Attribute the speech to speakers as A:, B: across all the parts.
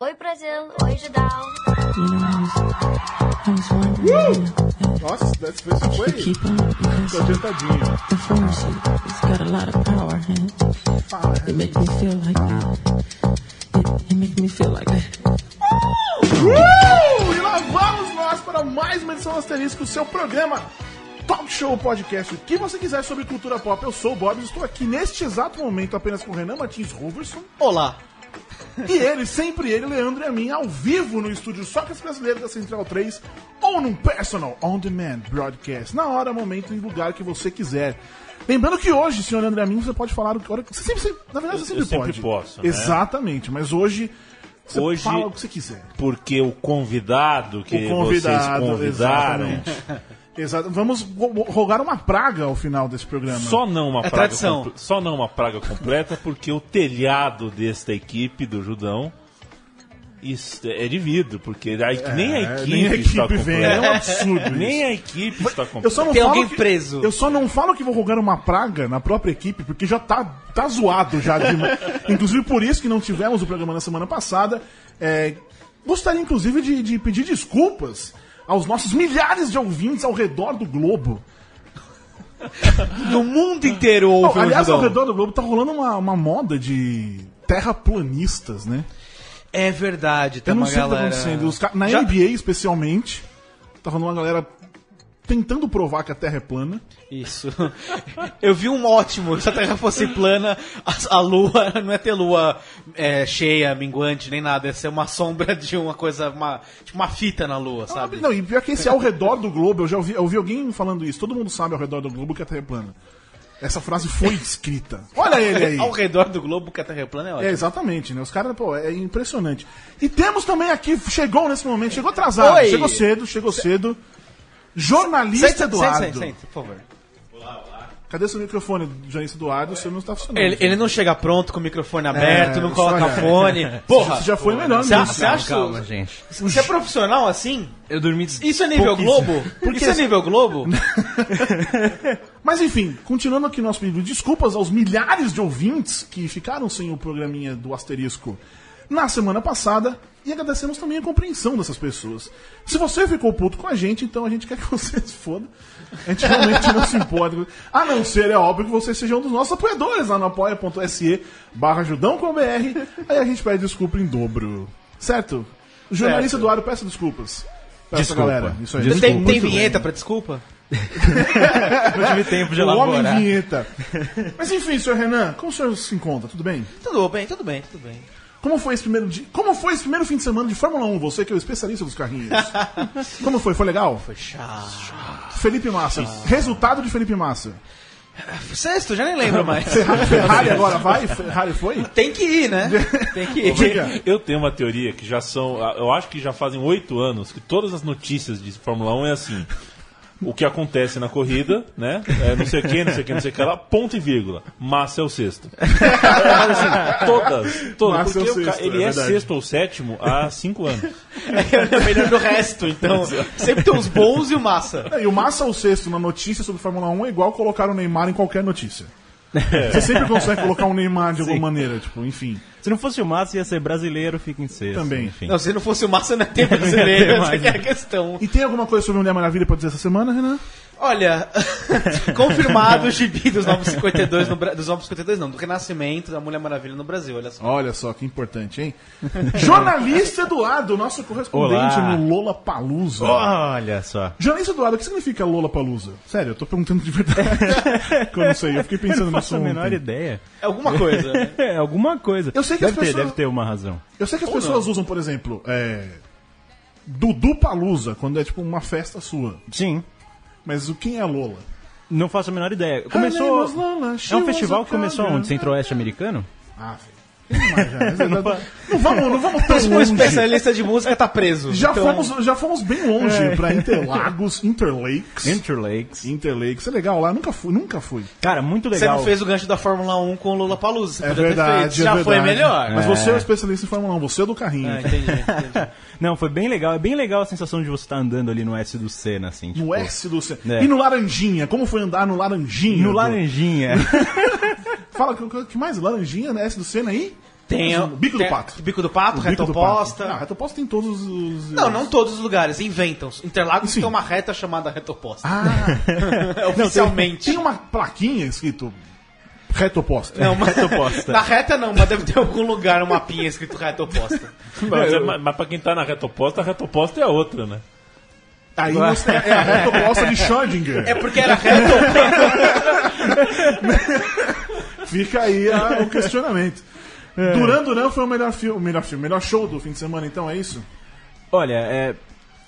A: Oi, Brasil. Oi, Judal.
B: You know, I was, I was wondering you know,
C: Nossa, esse foi isso
B: if
C: foi
B: to keep on because
C: Tô adiantadinho.
B: the force it, has got a lot of power and it,
C: Fala,
B: it makes me feel like it, it makes me feel like I,
C: Uh! E lá vamos nós para mais uma edição do Asterisco, seu programa Talk Show Podcast. O que você quiser sobre cultura pop, eu sou o Bob, estou aqui neste exato momento apenas com o Renan Martins Roverson
D: Olá.
C: e ele, sempre ele, Leandro e a mim, ao vivo no estúdio Sócrates Brasileiro da Central 3 ou num personal on demand broadcast, na hora, momento e lugar que você quiser. Lembrando que hoje, senhor Leandro e a mim, você pode falar o que hora que você sempre, sempre- na verdade, você
E: Eu-
C: sempre
E: eu sempre
C: pode.
E: posso, né?
C: Exatamente, mas hoje você
E: Hoje-
C: fala o que você quiser.
E: Porque o convidado que
C: O convidado,
E: vocês convidaram.
C: exatamente. Exato. Vamos ro- rogar uma praga ao final desse programa.
E: Só não, uma
D: É
E: praga
D: tradição.
E: comple- só não uma praga completa, porque o telhado desta equipe do Judão is- é de vidro, porque a- nem, a
C: É,
E: equipe
C: nem a
E: está
C: equipe vem, é um
E: completa.
C: absurdo.
E: Nem
C: isso.
E: a equipe está completa.
C: Eu só não
D: Tem
C: falo
D: alguém
C: que-
D: preso.
C: Eu só não falo que vou rogar uma praga na própria equipe, porque já tá, tá zoado já. de- inclusive por isso que não tivemos o programa na semana passada. É, gostaria inclusive de, de pedir desculpas aos nossos milhares de ouvintes ao redor do globo.
D: No mundo inteiro
C: Bom,
D: houve um
C: aliás, ao
D: judão.
C: redor do globo tá rolando uma, uma moda de terraplanistas, né?
D: É verdade, tem
C: Eu não
D: uma
C: sei o que tá
D: galera...
C: acontecendo. Os ca- Na
D: Já-
C: NBA, especialmente, tava numa galera tentando provar que a Terra é plana.
D: Isso. Eu vi um ótimo. Se a Terra fosse plana, a, a Lua não ia ter Lua é, cheia, minguante, nem nada. Ia ser uma sombra de uma coisa, uma, tipo uma fita na Lua, sabe?
C: Ah, Não, e pior que esse é ao redor do globo, eu já ouvi, eu ouvi alguém falando isso. Todo mundo sabe ao redor do globo que a Terra é plana. Essa frase foi escrita. Olha ele aí.
D: Ao redor do globo que a Terra é plana é
C: É,
D: ótimo.
C: exatamente, né? Os caras, pô, é impressionante. E temos também aqui, chegou nesse momento, chegou atrasado,
D: Oi.
C: chegou cedo, chegou cedo. Jornalista
D: Senta,
C: Eduardo.
D: senta, senta, senta, por favor.
C: Cadê seu microfone, jornalista Eduardo? O seu não está funcionando.
D: Ele, ele não chega pronto com o microfone aberto, não coloca
C: só-
D: fone. Porra!
C: Você já foi melhor
D: Você
C: nisso.
D: você acha
F: Calma,
D: que-
F: gente.
D: Você é profissional assim?
F: Eu dormi
D: Isso é nível Globo? Isso é nível Globo?
C: Mas enfim, continuando aqui nosso pedido, de desculpas aos milhares de ouvintes que ficaram sem o programinha do Asterisco na semana passada e agradecemos também a compreensão dessas pessoas. Se você ficou puto com a gente, então a gente quer que você se foda. A gente realmente não se importa. A não ser, é óbvio, que você seja um dos nossos apoiadores lá no apoia.se barra judão com BR. Aí a gente pede desculpa em dobro. Certo? O jornalista
D: Certo.
C: Eduardo, peça desculpas. Pra essa
F: Desculpa.
C: galera. Isso aí.
F: Desculpa.
D: Tem, tem
C: Muito bem.
D: vinheta pra desculpa?
F: não tive tempo de
C: O homem
D: é.
F: elaborar.
C: vinheta. Mas enfim, senhor Renan, como o senhor se encontra? Tudo bem?
D: Tudo bem, tudo bem, tudo bem.
C: Como foi esse primeiro dia? Como foi esse primeiro fim de semana de Fórmula 1? Você que é o especialista dos carrinhos. como foi? Foi legal?
D: Foi chato.
C: Felipe Massa. Resultado de Felipe Massa.
D: Sexto, já nem lembro mais.
C: Ferrari agora vai? Ferrari foi?
D: Tem que ir, né? Tem que ir.
C: Diga.
E: Eu tenho uma teoria que já são. Eu acho que já fazem oito anos que todas as notícias de Fórmula 1 é assim. O que acontece na corrida, né? É, não sei o que, não sei o que, não sei o que lá, ponto e vírgula. Massa é o sexto. Assim, todas, todas.
C: Massa é o
E: porque o ca-
C: sexto,
E: ele
C: é
E: é,
C: verdade.
E: sexto ou sétimo há cinco anos.
D: É melhor do resto, então. Sempre tem os bons e o massa.
C: E o Massa ao sexto na notícia sobre Fórmula 1 é igual colocar o Neymar em qualquer notícia. Você sempre consegue colocar o Neymar de alguma maneira, tipo, enfim.
F: Se não fosse o Márcio, ia ser brasileiro, fica em sexto.
C: Também.
F: Enfim.
D: Não, se não fosse o massa, não é tempo de ler.
F: Tem
D: Essa
F: mais,
D: que é a
F: né?
D: questão.
C: E tem alguma coisa sobre Mulher Maravilha pra dizer essa semana, Renan?
D: Olha, confirmado o gibi dos Novos 52, no, Bra- dos Novos 52 não, do Renascimento da Mulher Maravilha no Brasil, olha só.
C: Olha só que importante, hein? Jornalista Eduardo, nosso correspondente
F: Olá.
C: no Lola Palusa.
F: Olha só.
C: Jornalista Eduardo, o que significa Lola Palusa? Sério, eu tô perguntando de verdade. que eu não sei, eu fiquei
F: Eu
C: pensando
F: não
C: nisso
F: faço a
C: ontem.
F: menor ideia.
D: É alguma coisa, né?
F: É, alguma coisa.
C: Eu sei que
F: deve
C: as
F: ter,
C: pessoas-
F: Deve ter uma razão.
C: Eu sei que as pessoas usam, por exemplo, é, Dudu Palusa, quando é tipo uma festa sua.
F: Sim.
C: Mas o quem é Lola?
F: Não faço a menor ideia.
C: Her name
F: Começou...
C: was Lola, she
F: É um
C: was
F: festival
C: a
F: que começou
C: cowgirl.
F: onde? Centro-Oeste americano?
C: Ah, velho. é Não, vamos, não vamos tão
D: O
C: longe.
D: Um especialista de música tá preso.
C: um Já,
D: então-
C: fomos, já fomos bem longe
F: É.
C: pra Interlagos, Interlakes.
F: Interlakes.
C: Interlakes, é legal lá, nunca fui, nunca fui.
F: Cara, muito
D: Você
F: legal.
D: não fez o gancho da Fórmula 1 com o Lula Palusa, você
C: É
D: podia ter
C: verdade,
D: feito. Já
C: é
D: foi
C: verdade.
D: melhor.
C: Mas
F: É.
C: você é o especialista em Fórmula 1, você é do carrinho.
D: Ah, entendi, entendi.
F: Não, foi bem legal. É bem legal a sensação de você estar andando ali no S do Senna, assim.
C: No
F: tipo,
C: S do C.
F: É.
C: E no Laranjinha? Como foi andar no Laranjinha?
F: No
C: Edu?
F: Laranjinha.
C: Fala, que, que mais? Laranjinha, né? S do Senna aí?
D: Tem
C: o Bico do
D: tem-
C: Pato.
D: Bico do Pato, reta oposta.
C: Não, é reta oposta Ah, tem todos os.
D: Não, não todos os lugares, inventam. Interlagos
C: Sim.
D: tem uma reta chamada reta oposta.
C: Ah,
D: oficialmente.
C: tem uma plaquinha escrito reta oposta.
D: Não, mas
F: Reta oposta.
D: Na reta não, mas deve ter algum lugar um mapinha escrito reta oposta.
E: Mas, é- mas- mas pra quem tá na reta oposta, a reta oposta é a outra, né?
C: Aí você, é a reta oposta de Schrödinger.
D: É porque era reta oposta.
C: Fica aí a- o questionamento.
D: É.
C: Duran Duran foi o melhor filme, o melhor filme, o melhor show do fim de semana, então é isso?
F: Olha, é.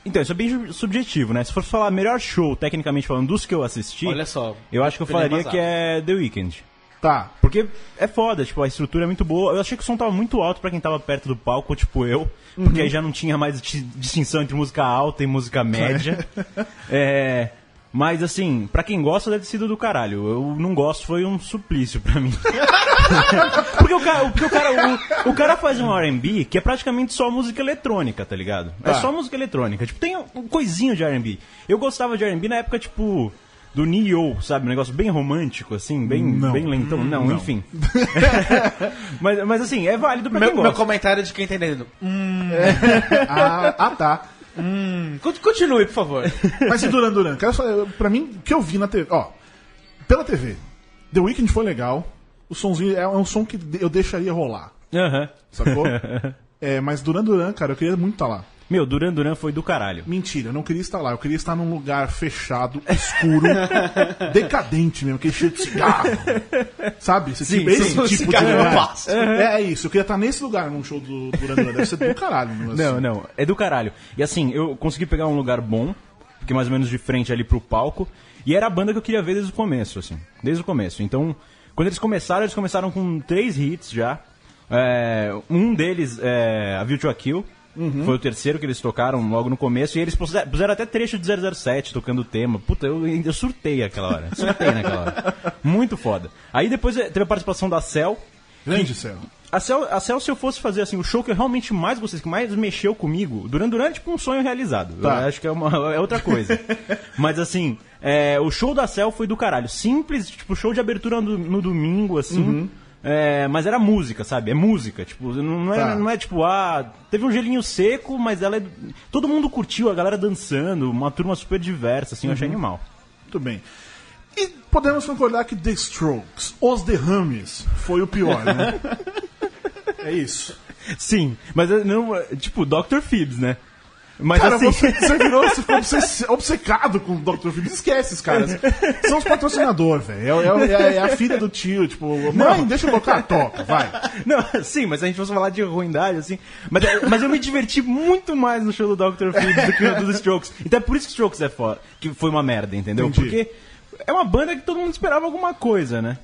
F: Então, isso é bem ju- subjetivo, né? Se for falar melhor show, tecnicamente falando, dos que eu assisti,
D: Olha só.
F: eu acho que eu
D: Fernando
F: falaria
D: Mazzaro.
F: que é The Weeknd.
C: Tá.
F: Porque é foda, tipo, a estrutura é muito boa. Eu achei que o som tava muito alto pra quem tava perto do palco, tipo eu, porque aí já não tinha mais di- distinção entre música alta e música média. é. Mas assim, pra quem gosta deve ter sido do caralho. Eu não gosto, foi um suplício pra mim. porque o cara, porque o, cara o, o cara faz um R&B que é praticamente só música eletrônica, tá ligado? É só música eletrônica. Tipo, tem um, um coisinho de R&B. Eu gostava de R&B na época tipo do Neo, sabe, um negócio bem romântico assim, bem
C: Não.
F: bem lentão, não, enfim. mas, mas assim, é válido pra quem
D: Meu, meu
F: gosta.
D: comentário de quem tá entendendo.
C: Ah, ah, tá.
D: Hum, con- Continue, por favor.
C: Mas e Duran Duran? Quero só- Pra mim, o que eu vi na TV. Ó, pela TV, The Weeknd foi legal. O somzinho é um som que eu deixaria rolar,
F: Aham.
C: sacou? é, mas Duran Duran, cara, eu queria muito estar lá.
F: Meu, Duran Duran foi do caralho.
C: Mentira, eu não queria estar lá. Eu queria estar num lugar fechado, escuro, decadente mesmo, que cheio de cigarro. Sabe? Esse
F: Sim,
C: tipo, esse
F: sim, um
C: tipo de
D: cigarro eu
C: lugar.
D: faço.
C: É, é isso, eu queria estar nesse lugar num show do Duran Duran. Deve ser do caralho. mas-
F: Não, não, é do caralho. E assim, eu consegui pegar um lugar bom, porque mais ou menos de frente ali pro palco, e era a banda que eu queria ver desde o começo, assim, desde o começo. Então, quando eles começaram, eles começaram com três hits já. É, um deles é a View to a Kill, foi o terceiro que eles tocaram logo no começo, e eles puseram, puseram até trecho de 007 tocando o tema. Puta, eu, eu surtei aquela hora, surtei naquela hora. Muito foda. Aí depois eh, teve a participação da Cell,
C: Grande céu.
F: a Cel, a Cel, se eu fosse fazer assim, o show que eu realmente mais gostei, que mais mexeu comigo, Duran Duran é tipo um sonho realizado.
C: Tá.
F: Eu acho que é, uma, é outra coisa. Mas assim, é, o show da Cel foi do caralho. Simples, tipo, show de abertura no, no domingo, assim. É, mas era música, sabe? É música. Tipo, não, não era-
C: Tá.
F: não é tipo, ah, teve um gelinho seco, mas ela é. Todo mundo curtiu, a galera dançando, uma turma super diversa, assim, eu achei animal.
C: Muito bem. E podemos concordar que The Strokes, Os Derrames, foi o pior, né? é
F: Assim.
C: isso.
F: Sim, mas eu não. Tipo, Dr. Phoebs, né? Mas
C: Cara,
F: assim.
C: você, você virou, você ficou obce- obcecado com o Dr. Phil. Esquece esses caras. São os patrocinadores, velho. É, o- é, o- é a filha do tio, tipo, mãe, deixa eu colocar a toca, vai.
F: Não, sim, mas se a gente fosse falar de ruindade, assim. Mas, mas eu me diverti muito mais no show do Dr. Phil do que no dos Strokes. Então é por isso que Strokes é foda, que foi uma merda, entendeu?
C: Entendi.
F: Porque é uma banda que todo mundo esperava alguma coisa, né?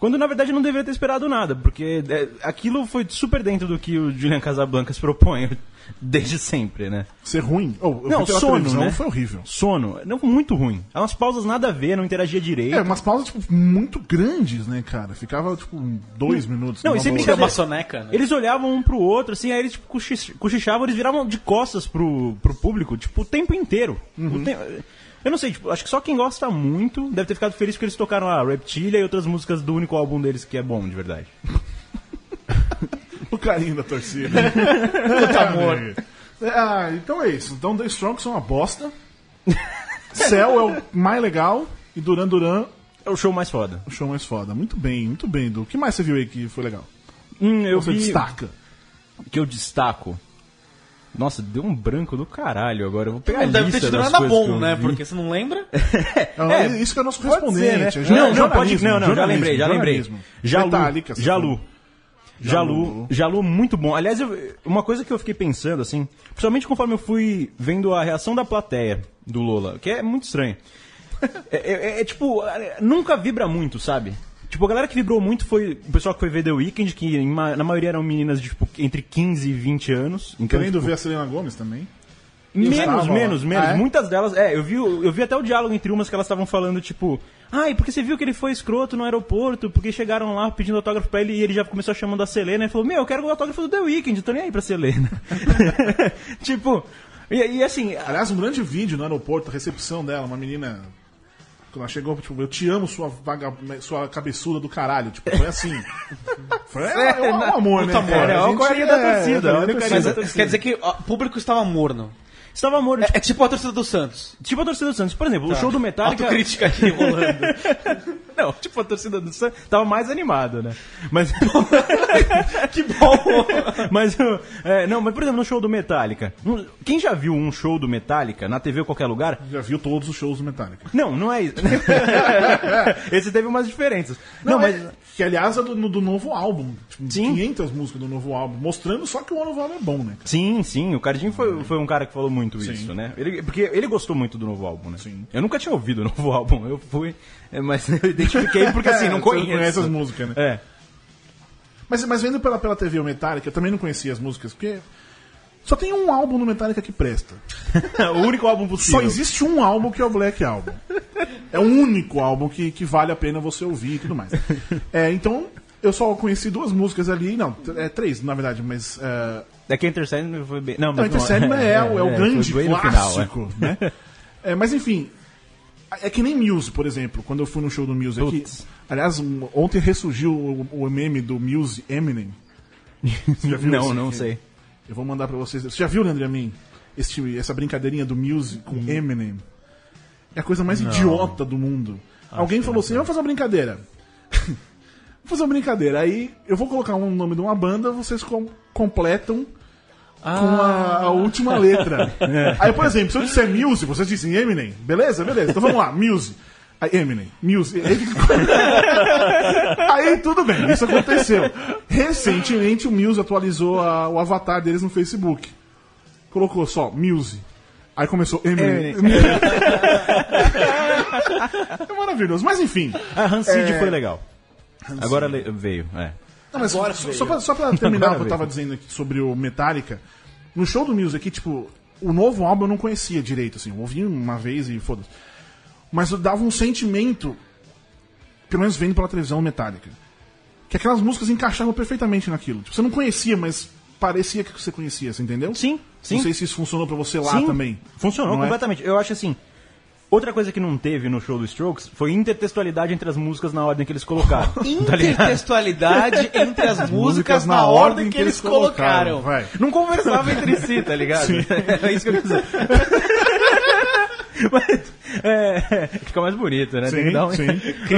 F: Quando na verdade não deveria ter esperado nada, porque é, aquilo foi super dentro do que o Julian Casablancas propõe desde sempre, né?
C: Ser ruim. Oh, eu
F: Não,
C: fui pela
F: sono,
C: televisão,
F: né?
C: foi horrível.
F: Sono, não muito ruim. Umas pausas nada a ver, não interagia direito.
C: É, umas pausas, tipo, muito grandes, né, cara? Ficava, tipo, dois minutos.
F: Não,
C: numa
F: e sem
C: boa.
D: Isso é uma
F: brincadeira.
D: soneca, né?
F: Eles olhavam um pro outro, assim, aí eles tipo, cochi- cochichavam, eles viravam de costas pro, pro público, tipo, o tempo inteiro. O te- Eu não sei, tipo, acho que só quem gosta muito deve ter ficado feliz porque eles tocaram a Reptilia e outras músicas do único álbum deles que é bom, de verdade.
C: O carinho da torcida. Muito amor. Ah, então é isso. Então The Strokes é uma bosta. Cell é o mais legal. E Duran Duran,
F: É o show mais foda.
C: o show mais foda. Muito bem, muito bem, Du. O que mais você viu aí que foi legal?
F: Hum, eu
C: Você
F: vi
C: destaca.
F: que eu destaco. Nossa, deu um branco do caralho agora. Eu vou pegar a
D: Não um deve ter
F: lista
D: tido
F: das
D: nada
F: coisas que
D: bom,
F: eu
D: né?
F: vi.
D: Porque você não lembra?
C: Não,
F: É,
C: isso que é o nosso
F: Pode
C: correspondente.
F: ser, né?
C: é já-
F: não, não,
C: jornalismo,
F: pode, não, não, já
C: jornalismo,
F: lembrei, já lembrei.
C: jornalismo.
F: Jalu,
C: Metallica, essa
F: Jalu.
C: coisa.
F: Jalu, Jalu muito bom. Aliás, eu- uma coisa que eu fiquei pensando, assim, principalmente conforme eu fui vendo a reação da plateia do Lola, que é muito estranho. É, é- é, tipo, nunca vibra muito, sabe? Tipo, a galera que vibrou muito foi o pessoal que foi ver The Weeknd, que em ma- na maioria eram meninas de, tipo, entre 15 e 20 anos. Então,
C: Querendo
F: tipo,
C: ver a Selena Gomes também.
F: Menos,
C: Estava lá.
F: menos, menos.
C: Ah, é?
F: Muitas delas. É, eu vi, o- eu vi até o diálogo entre umas que elas estavam falando, tipo. Ai, porque você viu que ele foi escroto no aeroporto? Porque chegaram lá pedindo autógrafo pra ele e ele já começou chamando a Selena e falou: Meu, eu quero o autógrafo do The Weeknd, tô nem aí pra Selena. tipo. E, assim, e assim,
C: Aliás, um grande vídeo no aeroporto, a recepção dela, uma menina Ela chegou, tipo, eu te amo, sua vaga, sua cabeçuda do caralho. Tipo, foi assim. Foi é, um amor, né?
D: Puta amor.
C: cara?
D: É,
C: A
F: o
C: gente-
F: carinho da torcida,
C: o
F: olha o
C: da
F: carinho
D: Mas
C: torcida. é
F: da torcida.
D: quer dizer que ó, o público estava morno.
F: Estava morno,
D: É, é tipo a torcida do Santos.
F: tipo a torcida do Santos. Por
C: Tá.
F: exemplo, o show do Metallica...
D: Autocrítica aqui rolando.
F: Não, tipo a torcida do Santos tava mais animada, né? Mas...
D: que bom!
F: mas, eu- é, não, mas por exemplo, no show do Metallica. um- Quem já viu um show do Metallica na TV ou qualquer lugar,
C: Já viu todos os shows do Metallica.
F: Não, não é isso. Esse teve umas diferenças. Não, mas.
C: é- Que, aliás, é do, no- do novo álbum. Tipo,
F: Sim.
C: 500 músicas do novo álbum. Mostrando só que o novo álbum é bom, né?
F: Sim, sim, o Cardinho foi, foi um cara que falou muito isso, né? Ele- porque ele gostou muito do novo álbum, né?
C: Sim.
F: Eu nunca tinha ouvido o novo álbum, eu fui, é, mas eu identifiquei porque assim, não
C: Você
F: conheço.
C: conhece as músicas, né?
F: É.
C: Mas, mas vendo pela, pela TV o Metallica, eu também não conhecia as músicas, porque só tem um álbum do Metallica que presta.
F: É, o único álbum
C: Só
F: possível.
C: existe um álbum que é o Black Album. É o único álbum que, que vale a pena você ouvir e tudo mais. É, então, eu só conheci duas músicas ali, não, t- é três, na verdade, mas. é,
F: É que Enter Sandman foi bem. Não,
C: não,
F: mas
C: Enter Sandman é, o- é o grande
F: foi bem no
C: clássico,
F: Final, é.
C: né? É, mas enfim, é que nem Muse, por exemplo, quando eu fui no show do Muse aqui.
F: Putz.
C: Aliás, um- ontem ressurgiu o, o meme do Muse Eminem. Você já viu
F: é. Não,
C: isso?
F: não sei.
C: Eu vou mandar pra vocês. Você já viu, Leandro e a mim? Este, essa brincadeirinha do Muse com Eminem? É a coisa mais idiota do mundo. Alguém falou assim: vamos fazer uma brincadeira. vamos fazer uma brincadeira. Aí eu vou colocar um nome de uma banda, vocês com- completam com a, a última letra. Aí, por exemplo, se eu disser Muse, vocês dizem Eminem. Beleza, beleza. Então vamos lá, Muse. Aí, Eminem, Muse. Aí, fica- Aí, tudo bem, isso aconteceu. Recentemente o Muse atualizou a- o avatar deles no Facebook. Colocou só Muse. Aí começou Eminem. é maravilhoso. Mas enfim.
F: Ah, Rancid
C: É.
F: foi legal. Agora le- veio, é.
C: Não, mas só, só pra, só pra terminar o que eu
F: veio.
C: tava dizendo aqui sobre o Metallica, no show do Muse aqui, tipo, o novo álbum eu não conhecia direito, assim, eu ouvi uma vez e foda-se. Mas eu dava um sentimento, pelo menos vendo pela televisão Metallica, que aquelas músicas encaixavam perfeitamente naquilo. Tipo, você não conhecia, mas parecia que você conhecia, você entendeu?
F: Sim, sim.
C: Não sei se isso funcionou pra você lá
F: Sim,
C: também.
F: Funcionou
C: Não é?
F: completamente. Eu acho assim. Outra coisa que não teve no show do Strokes foi intertextualidade entre as músicas na ordem que eles colocaram. tá ligado?
D: Intertextualidade entre as músicas na ordem que eles colocaram.
C: vai.
F: Não conversava entre si, tá ligado?
C: Sim.
F: É isso que eu quis dizer. Mas, é, fica mais bonito, né? Tem que
C: Sim,
F: dar um-
C: sim.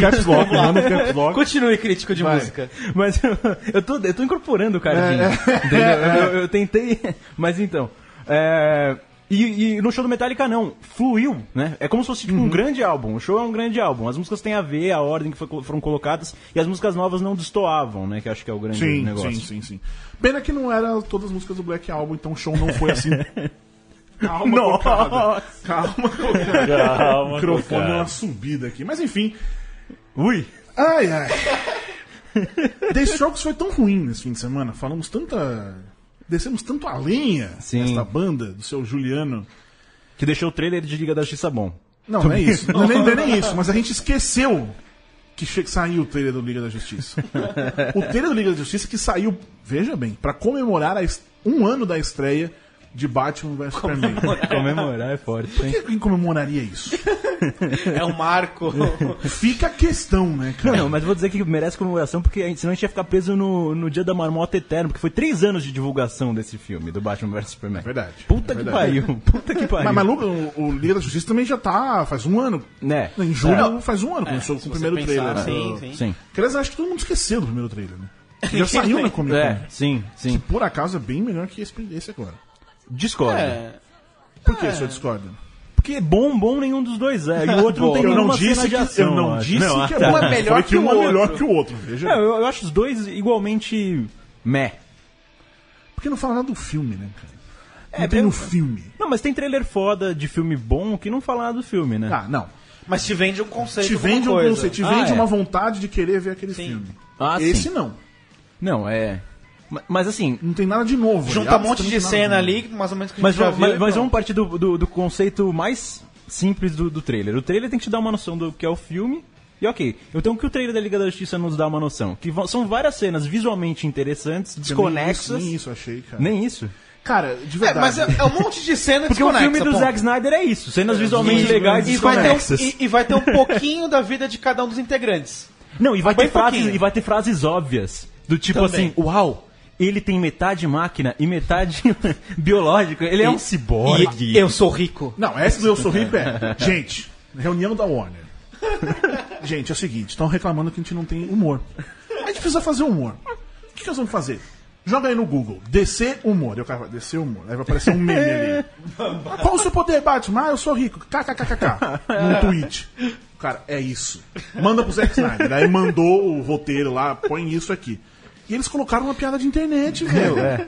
C: Caps Lock, manda um Caps Lock.
D: Continue crítico de
C: Vai.
D: música.
F: Mas eu, eu tô, eu tô incorporando o Cardinho.
C: É,
F: entendeu? Eu, eu tentei, mas então. é, e, e no show do Metallica não, fluiu, né? É como se fosse tipo,
C: Uhum.
F: um grande álbum. O show é um grande álbum. As músicas têm a ver, a ordem que foi- foram colocadas e as músicas novas não destoavam, né? Que eu acho que é o grande
C: Sim,
F: negócio.
C: sim, sim, sim. Pena que não era todas as músicas do Black Album, então o show não foi assim. Calma, cocada. Calma, cocada. O
E: Calma,
C: microfone é
E: cara.
C: uma subida aqui. Mas enfim.
F: Ui!
C: Ai, ai. The Strokes foi tão ruim nesse fim de semana. Falamos tanta. Descemos tanto a lenha
F: Sim.
C: nesta banda do seu Juliano.
F: Que deixou o trailer de Liga da Justiça bom.
C: Não, não é isso. Não, nem, nem isso, mas a gente esqueceu que che- saiu o trailer do Liga da Justiça. o trailer do Liga da Justiça que saiu, veja bem, pra comemorar a est- um ano da estreia de Batman vs Superman.
F: Comemorar é forte, hein?
C: Quem comemoraria isso?
D: É um marco.
C: Fica a questão, né, cara?
F: Não, mas eu vou dizer que merece comemoração, porque a gente- senão a gente ia ficar preso no, no dia da marmota eterno, porque foi três anos de divulgação desse filme, do Batman vs Superman.
C: verdade,
F: Puta
C: é
F: que
C: verdade.
F: pariu, puta que pariu.
C: Mas, mas Luca, o, o Liga da Justiça também já tá faz um ano.
F: Né.
C: Em julho
F: É.
C: faz um ano, começou com o primeiro trailer. né?
D: Sim, sim.
F: Sim.
C: Que, aliás, acho que todo mundo esqueceu do primeiro trailer, né? Que já saiu na Comic Con.
F: É, sim,
C: Que
F: sim.
C: por acaso é bem melhor que esse, esse agora.
F: Discordo.
D: É.
C: Por que o senhor discorda?
F: Porque é bom, bom nenhum dos dois é. E o outro não
D: Bom,
F: tem
C: Eu não
F: nenhuma cena
C: disse
F: de
C: que
F: ação.
C: eu não
F: acho.
C: disse
F: ah,
C: que
F: tá.
C: um
D: é
C: é
D: melhor
C: melhor
D: que
C: que, um
D: o
C: é melhor
D: outro.
C: que o outro. Veja.
F: É, eu, eu acho os dois igualmente meh.
C: Porque não fala nada do filme, né, cara? Não tem
F: eu-
C: o filme.
F: Não, mas tem trailer foda de filme bom que não fala nada do filme, né?
C: Ah, não.
D: Mas te vende um conceito.
C: Te vende um
D: alguma coisa.
C: conceito, te
F: Ah,
C: vende
F: é.
C: uma vontade de querer ver aquele
D: Sim.
C: filme.
F: Ah,
C: Esse
F: sim.
C: não.
F: Não, é. Ma- Mas assim,
C: Não tem nada de novo.
D: Junta um
C: aliás,
D: monte
C: não
D: de
C: tem nada
D: cena
C: novo.
D: ali, mais ou menos que a gente
F: Mas,
D: já
F: vamos-
D: viu. então. e
F: mas, mas
D: pronto.
F: vamos partir do, do, do conceito mais simples do, do trailer. O trailer tem que te dar uma noção do que é o filme. E ok, então o que o trailer da Liga da Justiça nos dá uma noção? Que vão- são várias cenas visualmente interessantes,
C: Eu nem-
F: desconexas.
C: Nem isso, achei, cara.
F: Nem isso?
C: Cara, de
D: É,
C: verdade.
D: mas é, é um monte de cena
F: Porque o filme
D: desconexa,
F: do
D: ponto.
F: Zack Snyder é isso. Cenas visualmente
D: E-
F: legais
D: e vai, ter um,
F: desconexas.
D: e- e vai ter um pouquinho da vida de cada um dos integrantes.
F: Não, e vai,
D: Bem
F: ter frases,
D: pouquinho.
F: e vai ter frases óbvias. Do tipo
D: Também.
F: assim, uau, ele tem metade máquina e metade biológico. Ele é um ciborgue.
D: E eu sou rico.
C: Não, essa do Eu Sou Rico é. Gente, reunião da Warner. Gente, é o seguinte: estão reclamando que a gente não tem humor. A gente precisa fazer humor. O que, que nós vamos fazer? Joga aí no Google, DC humor. Eu cara vai, DC humor. Aí vai aparecer um meme ali. Qual o seu poder, Batman? Ah, eu sou rico. KKKKK. Num tweet. Cara, é isso. Manda pro Zack Snyder. Aí mandou o roteiro lá, põe isso aqui. E eles colocaram uma piada de internet, velho.
F: é.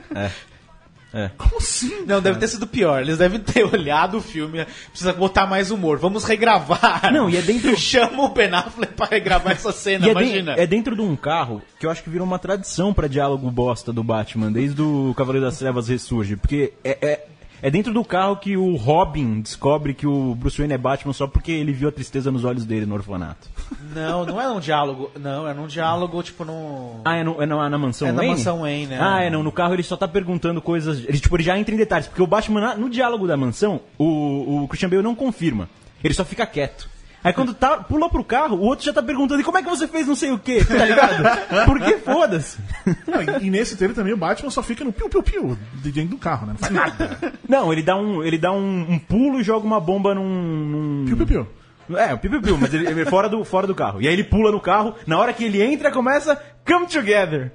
C: Como assim?
D: Não, deve ter sido pior. Eles devem ter olhado o filme. né? Precisa botar mais humor. Vamos regravar.
F: Não, e é dentro-
D: Chama o Ben Affleck pra regravar essa cena,
F: E é, de-
D: imagina.
F: é dentro de um carro que eu acho que virou uma tradição pra diálogo bosta do Batman, desde o Cavaleiro das Trevas ressurge. Porque é, é, é dentro do carro que o Robin descobre que o Bruce Wayne é Batman só porque ele viu a tristeza nos olhos dele no orfanato.
D: Não, não é um diálogo. Não, é num diálogo, tipo, num...
F: Ah, é, no- é na, na mansão
D: É na
F: Wayne?
D: mansão Wayne, né?
F: Ah, é não. No carro ele só tá perguntando coisas. Ele, tipo, ele já entra em detalhes. Porque o Batman, na- no diálogo da mansão, o, o Christian Bale não confirma. Ele só fica quieto. Aí quando tá, pulou pro carro, o outro já tá perguntando: e como é que você fez não sei o quê? Tá ligado? Porque foda-se.
C: Não, e- e nesse trailer também o Batman só fica no piu-piu-piu de dentro do carro, né? Não faz nada.
F: Não, ele dá um, ele dá um, um pulo e joga uma bomba num. num-
C: Piu-piu-piu.
F: É, o piu, piu, piu, mas ele, ele é fora do, fora do carro. E aí ele pula no carro, na hora que ele entra, começa Come Together.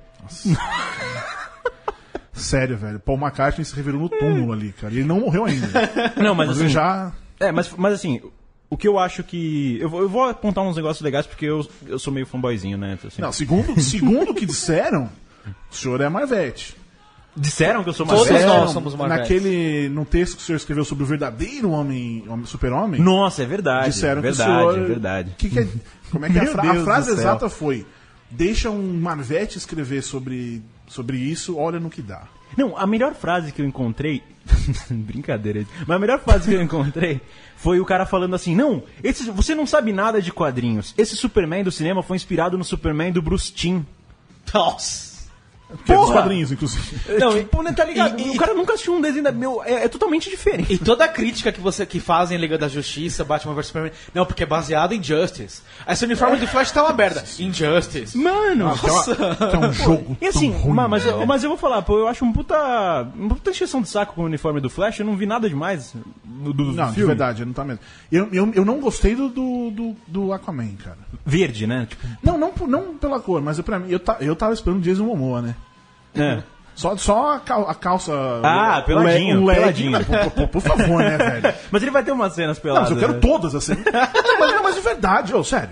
C: Sério, velho. Paul McCartney se revelou no túmulo ali, cara. E ele não morreu ainda.
F: Não, mas,
C: Mas
F: assim,
C: ele já.
F: É, mas, mas assim, o que eu acho que. Eu vou, eu vou apontar uns negócios legais porque eu, eu sou meio fanboyzinho, né? Então, assim,
C: Não, segundo, segundo o que disseram, o senhor é Marvete.
F: Disseram que eu sou
D: Todos
F: Marcelo?
D: nós somos Marvete.
C: Naquele. Num texto que o senhor escreveu sobre o verdadeiro homem, homem- super-homem,
F: Nossa, é verdade.
C: disseram
F: verdade,
C: que o senhor.
F: é verdade.
C: Que que é- Como é que é a,
F: Meu
C: fra-
F: Deus
C: a frase
F: do céu.
C: exata foi? Deixa um Marvete escrever sobre, sobre isso, olha no que dá.
F: Não, a melhor frase que eu encontrei. Brincadeira. isso. Mas a melhor frase que eu encontrei foi o cara falando assim: Não, esse, você não sabe nada de quadrinhos. Esse Superman do cinema foi inspirado no Superman do Bruce Timm.
D: Nossa.
C: Que é dos
F: Porra!
C: quadrinhos, inclusive.
F: Não, tipo, né, tá ligado?
D: e-
F: o cara nunca assistiu um desenho da. Meu, é, é totalmente diferente.
D: E toda a crítica que você que fazem em Liga da Justiça, Batman vs Superman, não, porque é baseado em Justice. Esse uniforme do Flash tá uma merda. Injustice.
F: Mano!
C: Que é um jogo.
F: E assim,
C: tão ruim,
F: ma- mas,
C: velho.
F: eu, mas eu vou falar, pô, eu acho um puta. Uma puta encheção de saco com o uniforme do Flash, eu não vi nada demais do, do
C: Não, de
F: filme.
C: verdade, não tá mesmo. Eu, eu, eu não gostei do, do, do, do Aquaman, cara.
F: Verde, né? Tipo,
C: Não, não, por- não pela cor, mas eu, pra mim, eu, ta- eu tava esperando o Jason Momoa, né?
F: é.
C: Só, só a, cal- a calça.
F: Ah,
C: o-
F: peladinho,
C: o leg-
F: peladinho.
C: Por, por- por favor, né, velho?
F: Mas ele vai ter umas cenas
C: Não,
F: peladas.
C: mas eu quero
F: né?
C: todas assim. Não, mas, não, mas de verdade, ô, sério.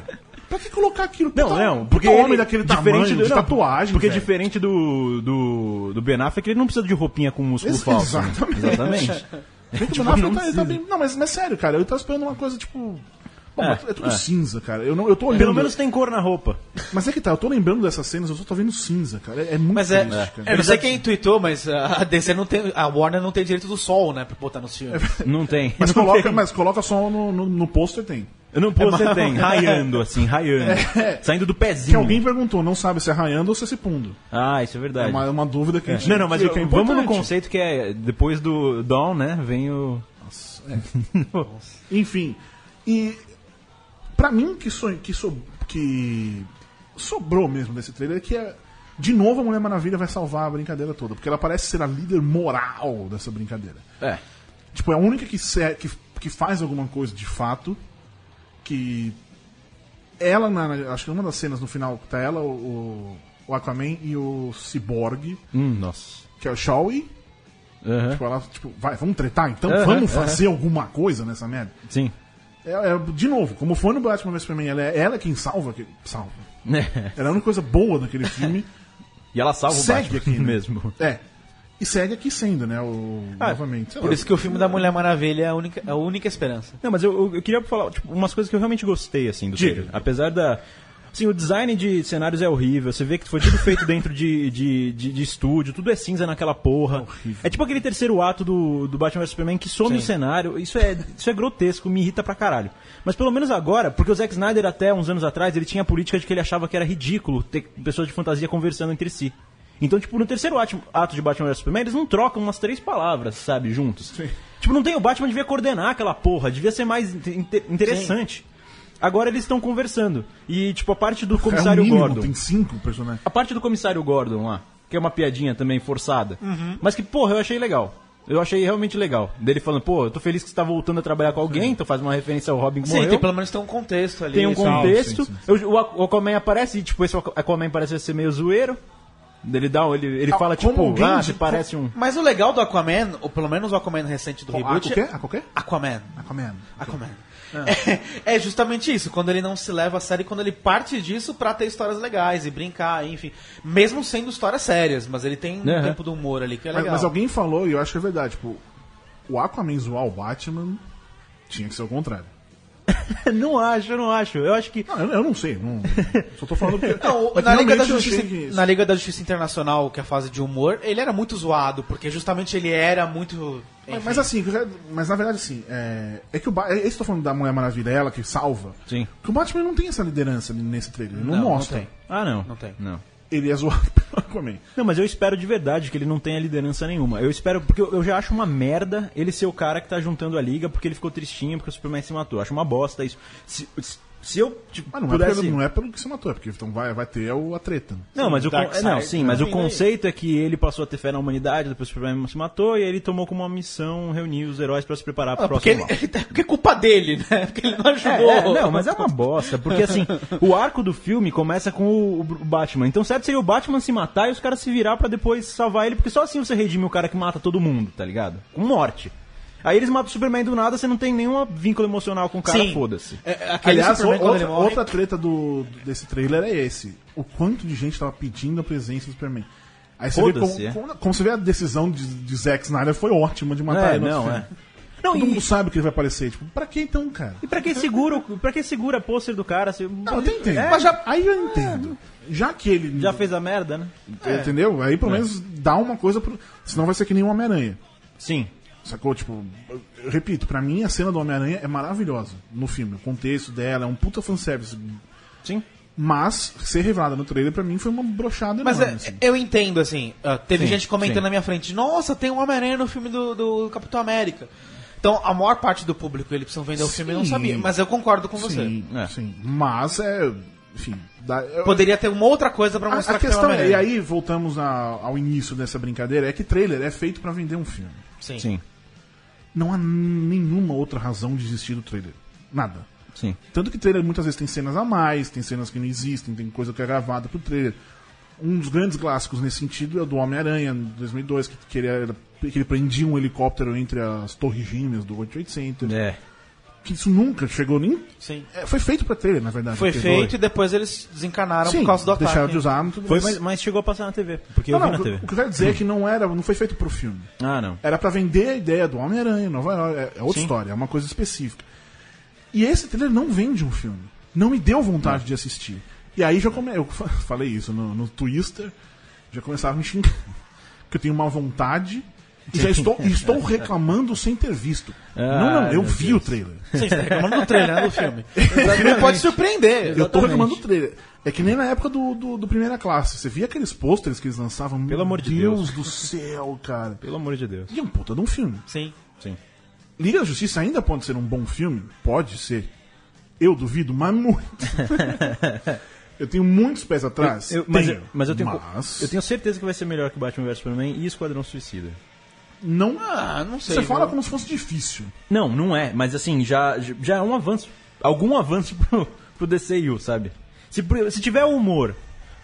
C: Pra que colocar aquilo?
F: Não,
C: Puta-
F: não,
C: puta
F: porque ele,
C: Então, um homem daquele tamanho, de
F: não,
C: tatuagem.
F: Porque
C: velho.
F: diferente do, do, do Ben Affleck, ele não precisa de roupinha com músculo
C: Ex-
F: falso. né?
C: exatamente.
F: Exatamente.
C: Bem que o
F: Tipo,
C: Ben Affleck
F: não
C: tá- ele tá bem- Não, mas, mas sério, cara, eu tava esperando uma coisa tipo. Bom,
F: É,
C: mas é tudo
F: é.
C: cinza, cara. Eu, não, eu tô olhando.
F: Pelo menos tem cor na roupa.
C: Mas é que tá, eu tô lembrando dessas cenas, eu só tô vendo cinza, cara. É, é muito
D: Mas é,
C: triste, cara.
D: eu não sei quem tweetou, mas ah, a DC não tem, a Warner não tem direito do sol, né, pra botar nos filmes.
F: Não tem.
C: Mas
F: não
C: coloca, É
F: tem.
C: mas coloca só no, no, no pôster tem.
F: Não, pô, você tem. Raiando, assim, raiando. Saindo do
C: É, Que
F: pezinho.
C: alguém perguntou, não sabe se é raiando ou se é se pondo.
F: Ah, isso
C: É
F: é verdade.
C: uma, uma dúvida que a gente
F: Não, não, mas
C: que
F: eu-
C: é
F: vamos no
C: importante.
F: conceito que é depois do Dawn, né? Vem o.
C: Enfim. E pra mim que so, que, so, que sobrou mesmo desse trailer é que é de novo a Mulher Maravilha vai salvar a brincadeira toda, porque ela parece ser a líder moral dessa brincadeira.
F: É.
C: Tipo, é a única que, se- que, que faz alguma coisa de fato. Que. Ela, na, na- acho que uma das cenas no final que tá ela, o, o Aquaman e o Cyborg,
F: Hum, nossa.
C: que é o Shawi.
F: Aham.
C: Tipo, ela, tipo, vai, vamos tretar então?
F: Aham,
C: vamos
F: aham.
C: fazer alguma coisa nessa merda?
F: Sim.
C: É, é, de novo, como foi no Batman vs Superman, ela é ela é quem salva. aquele- salva. Ela é a única coisa boa daquele filme.
F: e ela salva o
C: Segue
F: Batman
C: aqui, né?
F: mesmo.
C: é. E segue aqui sendo, né? O,
F: Ah,
C: novamente. Sei
D: Por
C: lá.
D: isso que o filme da Mulher Maravilha é a única, a única esperança.
F: Não, mas eu, eu- eu queria falar tipo, umas coisas que eu realmente gostei, assim, do
C: Diga.
F: trailer. Apesar da. Assim, o design de cenários é horrível, você vê que foi tudo feito dentro de, de, de, de estúdio, tudo é cinza naquela porra. É tipo aquele terceiro ato do, do Batman vs Superman que some o cenário, isso é, isso é grotesco, me irrita pra caralho. Mas pelo menos agora, porque o Zack Snyder até uns anos atrás, ele tinha a política de que ele achava que era ridículo ter pessoas de fantasia conversando entre si. Então, tipo, no terceiro ati- ato de Batman vs Superman, eles não trocam umas três palavras, sabe, juntos. Tipo, não tem. O Batman devia coordenar aquela porra, devia ser mais inte- inte- interessante. Agora eles estão conversando. E, tipo, a parte do
C: é
F: comissário
C: o mínimo,
F: Gordon.
C: tem cinco personagens.
F: A parte do comissário Gordon lá, que é uma piadinha também forçada.
C: Uhum.
F: Mas que, porra, eu achei legal. Eu achei realmente legal. Dele falando, pô, eu tô feliz que você tá voltando a trabalhar com alguém, então faz uma referência ao Robin que
D: Sim,
F: morreu.
D: tem, pelo menos tem um contexto ali.
F: Tem um
D: e tal.
F: contexto.
C: sim,
F: Eu- O Aqu- o Aquaman aparece e, tipo, esse Aqu- Aquaman parece ser meio zoeiro. Ele dá, um- ele, ele
C: Ah,
F: fala,
C: como
F: tipo,
C: alguém
F: ah,
C: de-
F: você parece um...
D: Mas o legal do Aquaman, ou pelo menos o Aquaman recente do
C: A
D: reboot...
C: Ah, qualquer? A qualquer?
D: Aquaman.
C: Aquaman.
D: Aquaman. Ah, É. é justamente isso, quando ele não se leva a sério, quando ele parte disso pra ter histórias legais e brincar, enfim. Mesmo sendo histórias sérias, mas ele tem um
F: Aham.
D: tempo do humor ali que é
C: Mas,
D: legal.
C: mas alguém falou, e eu acho que é verdade, tipo, o Aquaman zoar o Batman tinha que ser o contrário.
F: não acho, eu não acho. Eu acho que...
C: Não, eu, eu não sei, não, só tô falando porque...
D: Não,
C: Mas
D: na, Liga
C: realmente
D: da
C: eu
D: Justiça,
C: achei que-
D: na Liga da Justiça Internacional, que é a fase de humor, ele era muito zoado, porque justamente ele era muito. enfim.
C: Mas, mas assim, mas na verdade assim, é, é que o Batman, esse tô falando da Mulher Maravilha, é ela que salva.
F: Sim.
C: Que o Batman não tem essa liderança ali nesse trailer, ele não,
D: Não, não
C: mostra.
D: tem.
F: Ah, não.
D: Não tem.
F: Não.
C: Ele é zoado pelo Aquaman.
F: Não, mas eu espero de verdade que ele não tenha liderança nenhuma. Eu espero, porque eu eu já acho uma merda ele ser o cara que tá juntando a liga porque ele ficou tristinho porque o Superman se matou. Eu acho uma bosta isso. Se, se- se eu tipo,
C: Mas não, é
F: pudesse...
C: pelo, não é pelo que se matou, é porque então vai, vai ter o- a treta. né?
F: Não, mas o con-
D: Dark Side,
F: não, sim,
D: né?
F: mas o
D: Sim,
F: conceito é que ele passou a ter fé na humanidade, depois o Superman se matou e aí ele tomou como uma missão reunir os heróis pra se preparar pro
D: Ah, porque,
F: próximo
D: ele,
F: mal.
D: porque é culpa dele, né? Porque ele não ajudou.
F: É, é, não, mas é uma bosta, porque assim, o arco do filme começa com o, o Batman. Então, certo seria o Batman se matar e os caras se virar pra depois salvar ele, porque só assim você redime o cara que mata todo mundo, tá ligado? Com morte. Aí eles matam o Superman do nada, você não tem nenhum vínculo emocional com o cara,
D: Sim.
F: foda-se.
D: É, é, aquele
C: Aliás,
D: Superman,
C: o-
D: quando ele
C: outra,
D: morre.
C: outra treta do, desse trailer é esse. O quanto de gente tava pedindo a presença do Superman. Aí você vê como,
F: Foda-se, é.
C: como, como você vê a decisão de, de Zack Snyder foi ótima de matar
F: É,
C: ele no
F: não,
C: filme.
F: é. Não,
C: Todo
F: e,
C: mundo sabe que ele vai aparecer. Tipo, pra que então, cara?
F: e pra que segura, o- pra que segura pôster do cara? Se,
C: Não, eu até entendo.
F: É,
C: Mas já- aí eu entendo. Já que ele. É.
F: já fez É. a merda, né?
C: Entendeu? Aí pelo menos dá uma coisa pro. Senão vai ser que nem o Homem-Aranha.
F: Sim.
C: Sacou? Tipo, eu repito, pra mim a cena do Homem-Aranha é maravilhosa no filme. O contexto dela é um puta fanservice.
F: Sim.
C: Mas ser revelada no trailer pra mim foi uma brochada
D: Mas
C: enorme.
D: é,
C: assim.
D: eu entendo, assim. ah, Teve
F: Sim,
D: gente comentando
F: sim.
D: na minha frente: Nossa, tem um Homem-Aranha no filme do, do Capitão América. Então, a maior parte do público, eles precisam vender o filme e não
C: Sim.
D: sabia. Mas eu concordo com você.
C: Sim,
F: você. É.
C: sim. Mas é. Enfim. dá- eu-
D: Poderia ter uma outra coisa pra
C: a,
D: mostrar
C: a
D: que tem um
C: questão é, e
D: Homem-Aranha.
C: aí voltamos a- ao início dessa brincadeira, é que trailer é feito pra vender um filme.
D: Sim.
F: Sim.
C: Não há nenhuma outra razão de existir do trailer. Nada.
F: Sim.
C: Tanto que trailer muitas vezes tem cenas a mais, tem cenas que não existem, tem coisa que é gravada pro trailer. Um dos grandes clássicos nesse sentido é o do Homem-Aranha, de 2002, que, que, ele, era- que ele prendia um helicóptero entre as torres gêmeas do World Trade Center.
F: É.
C: Que isso nunca chegou nem...
D: Sim.
C: é, foi feito pra trailer, na verdade.
D: Foi
C: Porque-
D: feito e depois eles desencanaram
C: Sim,
D: por causa do ataque.
C: deixaram de usar, tudo
F: Foi,
C: mais.
F: mas, mas chegou a passar na TV. Porque
C: Não,
F: eu vi
C: não,
F: na
C: o, que-
F: TV.
C: o que eu quero dizer é que não era, não foi feito pro filme.
F: Ah, não.
C: Era pra vender a ideia do Homem-Aranha, Nova York, é, é outra
F: Sim.
C: história, é uma coisa específica. E esse trailer não vende um filme. Não me deu vontade de assistir. E aí já come... eu fa- falei isso no, no Twister, já começava a me xingar. Que eu tenho uma vontade e já estou, e estou reclamando sem ter visto. não, não, eu
F: meu
C: vi o trailer.
D: Sim, você tá reclamando do trailer, né, do filme. O filme pode surpreender.
C: Eu tô reclamando do trailer. É que nem na época do, do, do Primeira Classe. Você via aqueles pôsteres que eles lançavam? Meu
F: Pelo amor de
C: Deus do céu, cara.
F: Pelo amor de Deus.
C: E é um puta de um filme.
D: Sim.
F: Sim.
C: Liga da Justiça ainda pode ser um bom filme? Pode ser. Eu duvido, mas muito. eu tenho muitos pés atrás.
F: Eu- mas, eu- mas eu tenho,
C: Mas
F: eu tenho certeza que vai ser melhor que Batman vs Superman e Esquadrão Suicida.
C: Não.
D: Ah, não sei.
C: você
D: viu?
C: fala como se fosse difícil.
F: Não, não é, mas assim, já, já é um avanço. Algum avanço pro, pro DCU, sabe? Se, pro- se tiver humor.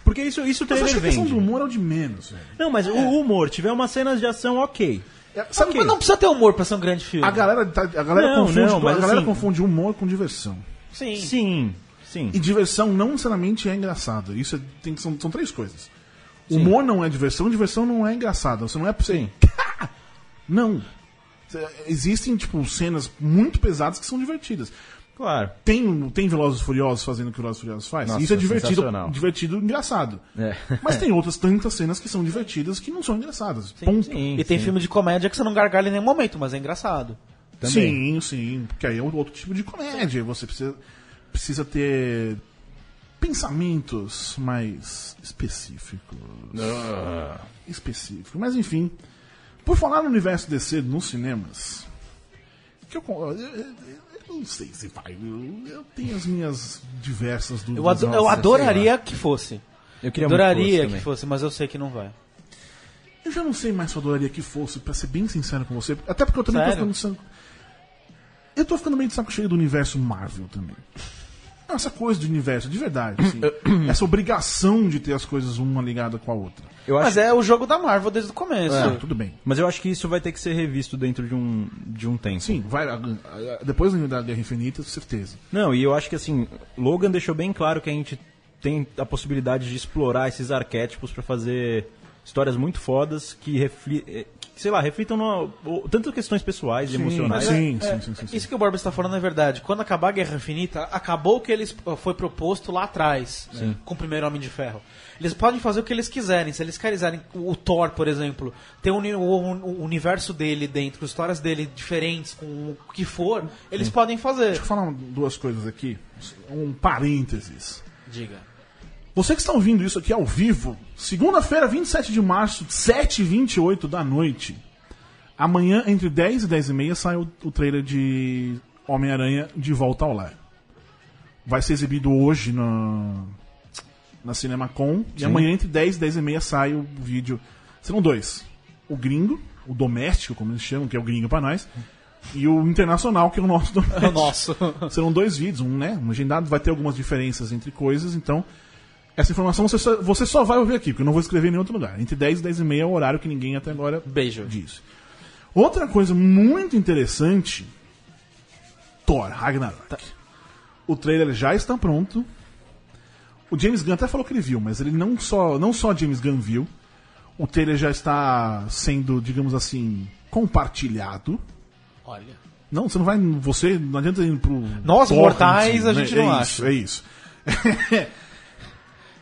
F: Porque isso, isso o
C: Mas eu acho
F: trailer
C: que a questão
F: vende.
C: do humor é o de menos. velho.
F: Não, mas o humor, tiver umas cenas de ação, ok.
C: É, sabe
D: Mas não precisa ter humor pra ser um grande filme.
C: A galera, tá- a galera,
F: Não,
C: confunde,
F: não,
C: a
F: mas
C: galera
F: assim-
C: confunde humor com diversão.
D: Sim.
F: Sim, sim.
C: E diversão não necessariamente é engraçado. Isso é- tem, são, são três coisas. Humor não é diversão, diversão não é engraçada. Você não é pra você. Não. Cê- Existem, tipo, cenas muito pesadas que são divertidas.
F: Claro.
C: Tem, tem Velozes e Furiosos fazendo o que Velozes e Furiosos faz?
F: Nossa,
C: Isso é divertido,
F: sensacional.
C: divertido e engraçado.
F: É.
C: Mas tem outras tantas cenas que são divertidas que não são engraçadas. Ponto.
F: sim.
D: E tem filme de comédia que você não gargalha em nenhum momento, mas é engraçado.
C: Sim, sim, porque aí é um outro tipo de comédia. Você precisa, precisa ter pensamentos mais específicos. Específicos. Mas enfim, por falar no universo DC nos cinemas, que eu, con- eu- eu- eu não sei se vai. Eu, eu tenho as minhas diversas dúvidas.
D: Eu, ado- eu
C: Nossa, sei lá.
D: adoraria que fosse.
F: Eu queria
D: Adoraria
F: muito
D: que fosse, mas eu sei que não vai.
C: Eu já não sei mais se eu adoraria que fosse, pra ser bem sincero com você. Até porque eu também
D: Sério?
C: tô ficando de saco... Eu tô ficando meio de saco cheio do universo Marvel também. Essa coisa do universo, de verdade, assim. Essa obrigação de ter as coisas uma ligada com a outra.
F: Eu acho,
D: Mas é o jogo da Marvel desde o começo.
C: Ah, tudo bem.
F: mas eu acho que isso vai ter que ser revisto dentro de um, de um tempo.
C: Sim, vai. a- a- Depois da Guerra Infinita, certeza.
F: Não, e eu acho que assim, Logan deixou bem claro que a gente tem a possibilidade de explorar esses arquétipos pra fazer histórias muito fodas que, refli eh, que, sei lá, reflitam no, ou- tanto questões pessoais e emocionais.
C: Sim, sim, sim, sim, sim.
D: Isso que o Borba está falando é verdade. Quando acabar a Guerra Infinita, acabou o que eles eh, foi proposto lá atrás né, com o primeiro Homem de Ferro. Eles podem fazer o que eles quiserem. Se eles quiserem o Thor, por exemplo, ter o, uni- o- o universo dele dentro, histórias dele diferentes, com o que for, eles podem fazer.
C: Deixa eu falar duas coisas aqui. Um parênteses.
D: Diga.
C: Você que está ouvindo isso aqui ao vivo, segunda-feira, 27 de março, 7h28 da noite. Amanhã, entre 10 e 10 e meia, sai o, o trailer de Homem-Aranha de Volta ao Lar. Vai ser exibido hoje na, na Cinemacon. E amanhã, entre 10 e 10 e meia, sai o vídeo. Serão dois. O gringo, o doméstico, como eles chamam, que é o gringo pra nós. E o internacional, que é o nosso doméstico.
D: O nosso.
C: Serão dois vídeos, um, né? Um agendado, vai ter algumas diferenças entre coisas, então. Essa informação você só, você só vai ouvir aqui, porque eu não vou escrever em nenhum outro lugar. Entre 10 e 10 e meia é o horário que ninguém até agora
D: Beijo.
C: diz. Outra coisa muito interessante: Thor Ragnarok. O trailer já está pronto. O James Gunn até falou que ele viu, mas ele não só, não só James Gunn viu. O trailer já está sendo, digamos assim, compartilhado.
D: Olha.
C: Não, você não vai. Você não adianta ir pro.
D: Nós,
C: torrent,
D: mortais, a gente
C: né?
D: não
C: é isso, é isso.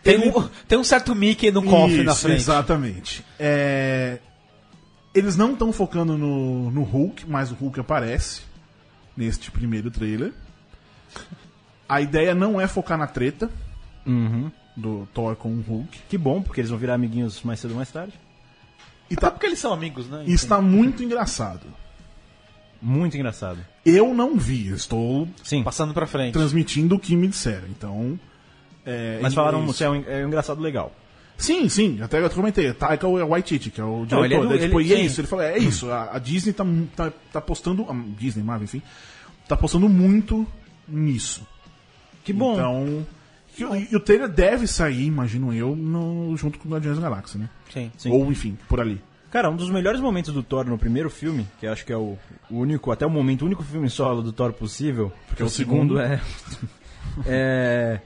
D: Tem,
C: Ele-
D: um, tem um certo Mickey no cofre na
C: Isso,
D: frente.
C: Exatamente. É, Eles não estão focando no, no Hulk, mas o Hulk aparece neste primeiro trailer. A ideia não é focar na treta
D: Uhum.
C: do Thor com o Hulk.
F: Que bom, porque eles vão virar amiguinhos mais cedo ou mais tarde.
C: E
D: Até
C: tá-
D: porque eles são amigos, né?
C: e está muito engraçado.
F: Muito engraçado.
C: Eu não vi, eu estou
F: Sim.
D: Passando pra frente.
C: transmitindo o que me disseram. Então. é,
F: Mas
C: é
F: falaram
C: isso.
F: que é, um, é um engraçado legal.
C: Sim, sim, até eu comentei, Taika é o Waititi, que é o diretor.
F: ele é do-
C: daí, tipo,
F: ele-
C: e é
F: sim.
C: isso, ele falou, é isso, a, a Disney tá, mu- tá, tá postando, a Disney, Marvel, enfim, tá postando muito nisso.
F: Que bom.
C: Então, e, o- e o trailer deve sair, imagino eu, no- junto com o Guardiões da Galáxia, né?
D: Sim.
F: Sim.
C: Ou, enfim, por ali.
F: Cara, um dos melhores momentos do Thor no primeiro filme, que eu acho que é o o único, até o momento, o único filme solo do Thor possível, porque
C: o
F: o,
C: segundo-
F: segundo, é... é...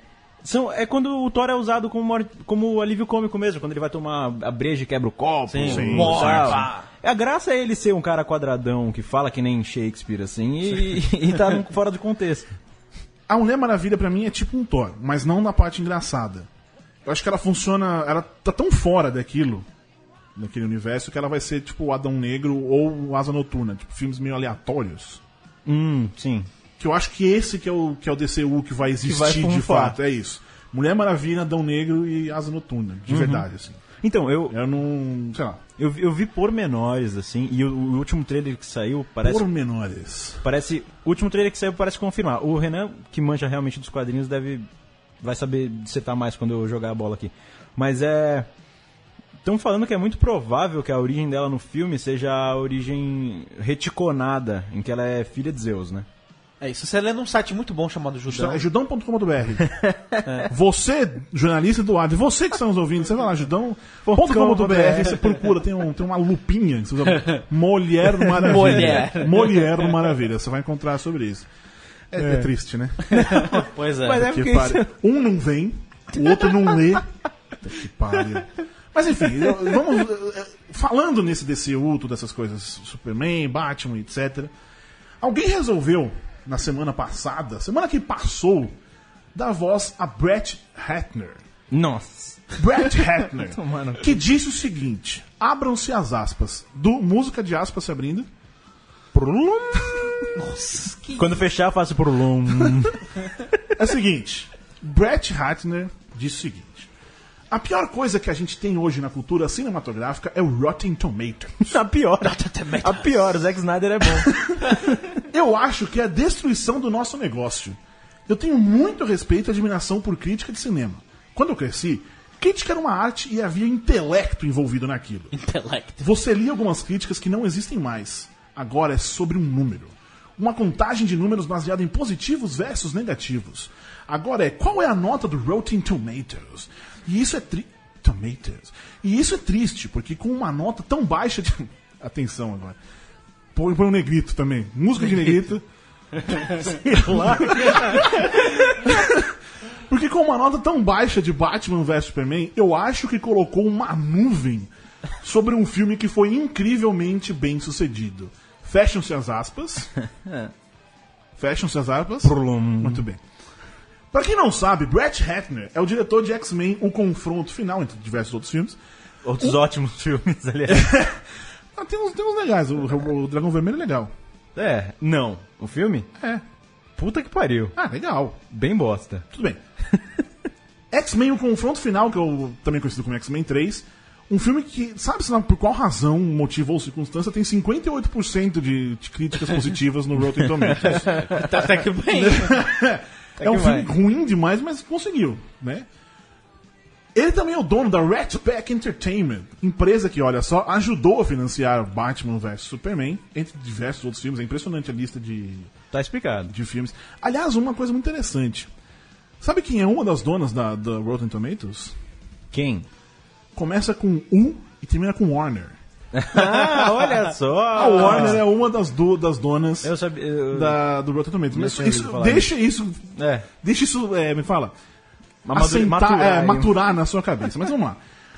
F: São, é quando o Thor é usado como, mor- como alívio cômico mesmo, quando ele vai tomar a breja e quebra o copo.
D: Sim,
C: sim.
F: tal. A graça é ele ser um cara quadradão que fala que nem Shakespeare, assim, e, e tá num- fora de contexto.
C: A Mulher Maravilha pra mim é tipo um Thor, mas não na parte engraçada. Eu acho que ela funciona, ela tá tão fora daquilo, daquele universo, que ela vai ser tipo o Adão Negro ou o Asa Noturna, tipo filmes meio aleatórios.
F: Hum, sim.
C: que eu acho que esse que é o, que é o DCU que vai existir
F: vai
C: de
F: funfar.
C: fato, é isso. Mulher Maravilha, Adão Negro e Asa Noturna, de verdade, assim.
F: Então, eu,
C: Eu não. sei lá.
F: eu, vi- eu vi pormenores, assim, e o, o último trailer que saiu parece
C: Pormenores.
F: Parece. O último trailer que saiu parece confirmar. O Renan, que manja realmente dos quadrinhos, deve. Vai saber dissetar mais quando eu jogar a bola aqui. Mas é. Estão falando que é muito provável que a origem dela no filme seja a origem reticonada, em que ela é filha de Zeus, né?
D: É isso. Você lê num site muito bom chamado Judão.
C: Então, é Judão.com.br. Você, jornalista do ar, e você que está nos ouvindo, você vai lá, judão.com.br, você procura, tem, um, tem uma lupinha, que você usa, Mulher Maravilha.
D: Mulher.
C: Mulher Maravilha, você vai encontrar sobre isso. É, é triste, né?
D: Pois é.
F: Mas é
C: Que
F: porque
C: pare- Um não vem, o outro não lê. Puta que pariu. Mas enfim, eu- vamos. eh, eh, Falando nesse DCU, todas essas coisas, Superman, Batman, etc. Alguém resolveu, na semana passada, semana que passou, dar voz a Brett Hattner.
F: Nossa.
C: Brett Hattner.
F: Tomando.
C: que disse o seguinte: abram-se as aspas. Do música de aspas se abrindo. Prulum.
F: Quando fechar, eu faço por long.
C: É o seguinte: Brett Ratner disse o seguinte: A pior coisa que a gente tem hoje na cultura cinematográfica é o Rotten Tomato.
F: A pior. A pior, o Zack Snyder é bom.
C: Eu acho que é a destruição do nosso negócio. Eu tenho muito respeito e admiração por crítica de cinema. Quando eu cresci, crítica era uma arte e havia intelecto envolvido naquilo.
D: Intelecto.
C: Você lia algumas críticas que não existem mais. Agora é sobre um número. Uma contagem de números baseada em positivos versus negativos. Agora é qual é a nota do Rotten Tomatoes? E isso é tri... Tomatoes. E isso é triste, porque com uma nota tão baixa de... Atenção agora. Põe, põe um negrito também. Música de negrito. Sei lá. Porque com uma nota tão baixa de Batman vs Superman, eu acho que colocou uma nuvem sobre um filme que foi incrivelmente bem sucedido. Fecham-se as aspas. Fecham-se as aspas. Muito bem. Pra quem não sabe, Brett Ratner é o diretor de X-Men, O Confronto Final, entre diversos outros filmes.
F: Outros ótimos filmes, é. aliás.
C: Ah, tem uns, tem uns legais, o, o Dragão Vermelho é legal.
F: É, não. O filme?
C: É.
F: Puta que pariu.
C: Ah, legal.
F: Bem bosta.
C: Tudo bem. X-Men, o confronto final, que eu também conhecido como X-Men 3, um filme que, sabe-se lá por qual razão, um motivo ou circunstância, tem 58% de, de críticas positivas no Rotten Tomatoes.
D: Tá até que bem.
C: é um
F: que
C: filme
F: vai.
C: ruim demais, mas conseguiu, né? Ele também é o dono da Rat Pack Entertainment, empresa que, olha só, ajudou a financiar Batman vs Superman, entre diversos outros filmes. É impressionante a lista de,
F: Tá explicado.
C: de filmes. Aliás, uma coisa muito interessante. Sabe quem é uma das donas da, da Rotten Tomatoes?
F: Quem?
C: Começa com U e termina com Warner.
F: Ah, olha só.
C: A Warner é uma das, do, das donas
F: Eu sabia... eu-
C: da, do Rotten Tomatoes. Mas
F: tinha
C: isso-
F: ouvido falar
C: deixa isso.
F: É.
C: Deixa isso. é, me fala.
F: Amadu-
C: assentar,
F: maturar,
C: é,
F: hein?
C: maturar na sua cabeça. Mas vamos lá.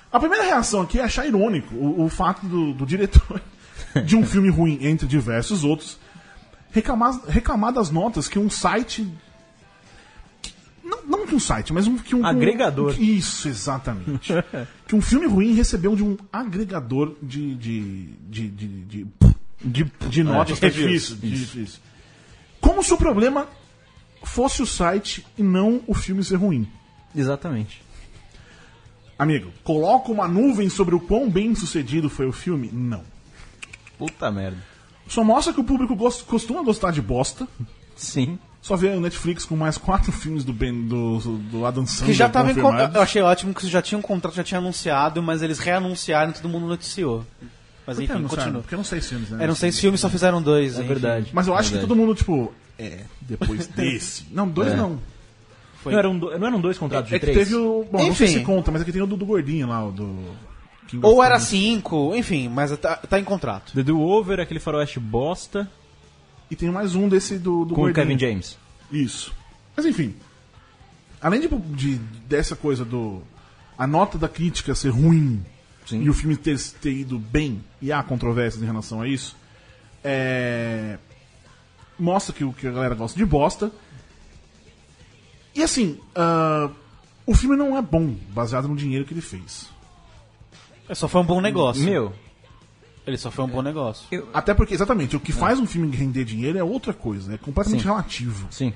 C: A primeira reação aqui é achar irônico o, o fato do, do diretor de um filme ruim, entre diversos outros, reclamar, reclamar das notas que um site. que- Não, não que um site, mas um que um.
F: Agregador.
C: um- isso, exatamente. que um filme ruim recebeu de um agregador de. de. de. de, de
F: De...
C: de notas
F: de
C: é,
F: reviews.
C: difícil, difícil. Como se o problema fosse o site e não o filme ser ruim.
F: Exatamente.
C: Amigo, coloca uma nuvem sobre o quão bem sucedido foi o filme? Não.
F: Puta merda.
C: Só mostra que o público gos- costuma gostar de bosta.
F: Sim.
C: Só vê o Netflix com mais quatro filmes do, ben, do, do Adam Sandler
D: Que já tava em con-
C: confirmados.
D: Eu achei ótimo que já tinha um contrato, já tinha anunciado, mas eles reanunciaram e todo mundo noticiou.
C: Por
D: Mas
C: que
D: enfim,
C: anunciaram?
D: continua.
C: Porque eram seis filmes, né?
D: Eram seis filmes, só fizeram dois.
F: É
D: enfim.
F: verdade.
C: Mas eu acho que
F: Verdade.
C: todo mundo, tipo, é, depois desse. Não, dois
D: É.
C: não.
F: Não eram, do- não eram dois contratos de
C: É que
F: três?
C: teve o. Bom, não sei
D: Enfim.
C: se conta, mas é que tem o do, do Gordinho lá, o do. King
D: Ou
C: of
D: era
C: Comedy.
D: assim. cinco, enfim, mas tá, tá em contrato.
F: The Do Over, aquele faroeste bosta,
C: E tem mais um desse do, do
F: com o
C: Gordinho.
F: Kevin James.
C: Isso. Mas enfim. Além de, de- dessa coisa do. A nota da crítica ser ruim
F: Sim.
C: e o filme ter, ter ido bem, e há controvérsias em relação a isso, é, mostra que, o- que a galera gosta de bosta. E assim, ah, o filme não é bom, baseado no dinheiro que ele fez.
D: Só foi um bom negócio.
F: Meu,
D: Ele só foi um bom negócio.
C: Até porque, exatamente, o que faz um filme render dinheiro é outra coisa, é completamente
F: É. Sim.
C: relativo.
F: sim.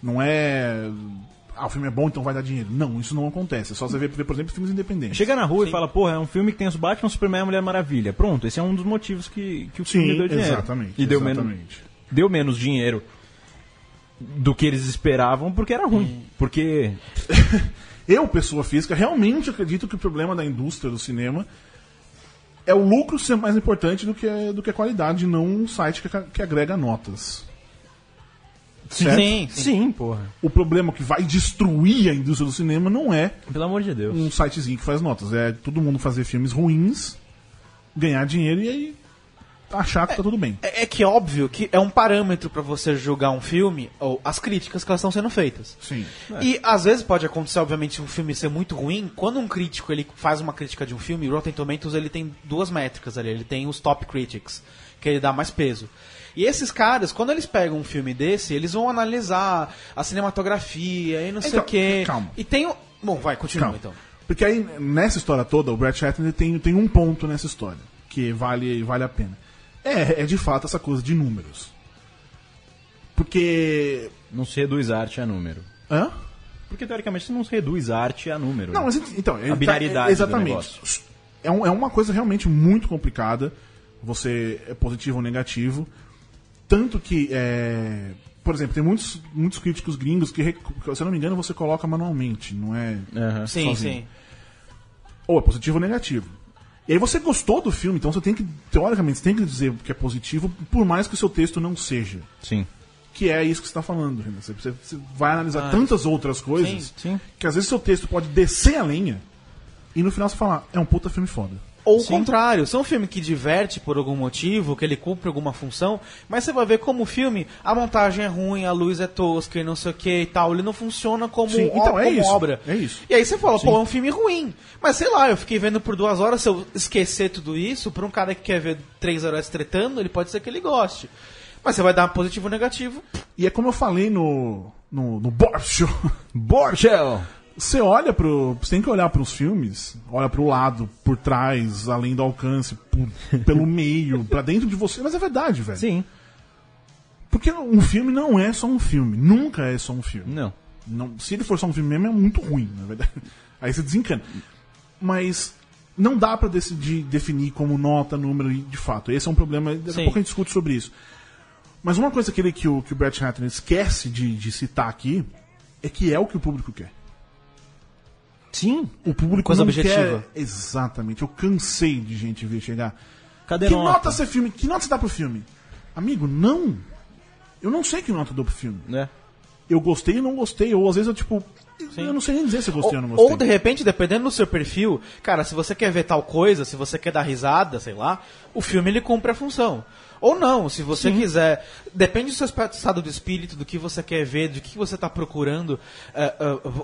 C: Não é. Ah, o filme é bom, então vai dar dinheiro. Não, isso não acontece. É só você ver, ver, por exemplo, filmes independentes.
F: Chega na rua e fala, porra, é um filme que tem os Batman, Superman e a Mulher Maravilha. Pronto, esse é um dos motivos que, que o filme deu dinheiro.
C: exatamente.
F: E um. deu, Menos,
C: exatamente.
F: deu menos dinheiro do que eles esperavam porque era ruim. Porque
C: Eu, pessoa física, realmente acredito que o problema da indústria do cinema é o lucro ser mais importante do que, a- do que a qualidade, não um site que, que agrega notas. Certo?
D: Sim, sim.
F: Sim, porra.
C: O problema que vai destruir a indústria do cinema não é
F: Pelo amor de Deus.
C: um sitezinho que faz notas, é todo mundo fazer filmes ruins, ganhar dinheiro e aí achar que tá tudo bem.
D: É é que óbvio que é um parâmetro pra você julgar um filme ou as críticas que elas estão sendo feitas.
C: Sim.
D: E às vezes pode acontecer, obviamente, um filme ser muito ruim. Quando um crítico ele faz uma crítica de um filme, o Rotten Tomatoes ele tem duas métricas ali. Ele tem os top critics, que ele dá mais peso. E esses caras, quando eles pegam um filme desse, eles vão analisar a cinematografia e não sei
C: Então,
D: o quê.
C: calma.
D: E tem o... Bom, vai, continua
C: Calma.
D: então.
C: Porque aí, nessa história toda, o Brett Ratner ele tem, tem um ponto nessa história que vale, vale a pena. É, é de fato essa coisa de números. Porque.
F: Não se reduz arte a número.
C: Hã?
F: Porque teoricamente você não reduz a arte a número.
C: Não,
F: né?
C: mas ent- então, ele tá-
F: binaridade do
C: exatamente.
F: negócio.
C: É, um- é uma coisa realmente muito complicada. Você é positivo ou negativo. Tanto que, é, por exemplo, tem muitos, muitos críticos gringos que, rec- se eu não me engano, você coloca manualmente, não é?
F: Aham.
D: Sim,
C: sozinho.
D: sim.
C: Ou é positivo ou negativo. E aí você gostou do filme, então você tem que, teoricamente, você tem que dizer que é positivo, por mais que o seu texto não seja.
F: Sim.
C: Que é isso que você está falando, Renan. Você, você- você vai analisar tantas outras coisas
D: Ah. Sim,
F: sim.
C: que às vezes seu texto pode descer a lenha e no final você falar, é um puta filme foda.
D: Ou o contrário, se é um filme que diverte por algum motivo, que ele cumpre alguma função, mas você vai ver como o filme, a montagem é ruim, a luz é tosca e não sei o que e tal, ele não funciona como,
C: Sim,
D: ó-
C: então, é
D: como
C: isso,
D: obra.
C: é isso.
D: E aí você fala, pô, é um filme ruim. Mas sei lá, eu fiquei vendo por duas horas, se eu esquecer tudo isso, pra um cara que quer ver três horas tretando, ele pode ser que ele goste. Mas você vai dar positivo ou negativo.
C: E é como eu falei no, no, no Borb Show.
F: Borchel!
C: Você olha pro. Você tem que olhar pros filmes, olha pro lado, por trás, além do alcance, por- pelo meio, pra dentro de você. Mas é verdade, velho.
F: Sim.
C: Porque um filme não é só um filme. Nunca é só um filme.
F: Não.
C: Não, se ele for só um filme mesmo, é muito ruim, na verdade. Aí você desencana. Mas não dá pra decidir, definir como nota, número, e de fato. Esse é um problema, daqui
D: Sim.
C: a pouco a gente discute sobre isso. Mas uma coisa que, ele, que, o, que o Brett Hatton esquece de, de citar aqui é que é o que o público quer.
F: Sim.
C: O público
D: Coisa
C: não
D: objetiva.
C: quer... Exatamente. Eu cansei de gente ver chegar...
F: Cadê
C: que
F: nota?
C: nota você filme? Que nota você dá pro filme? Amigo, não. Eu não sei que nota eu dou pro filme.
F: Né?
C: Eu gostei e não gostei. Ou às vezes eu, tipo... Eu não sei nem dizer se eu gostei ou, não
D: Ou,
C: gostei.
D: ou, de repente, dependendo do seu perfil, cara, se você quer ver tal coisa, se você quer dar risada, sei lá, o filme ele cumpre a função. Ou não, se você quiser. Depende do seu espa- estado do espírito, do que você quer ver, do que você está procurando. É,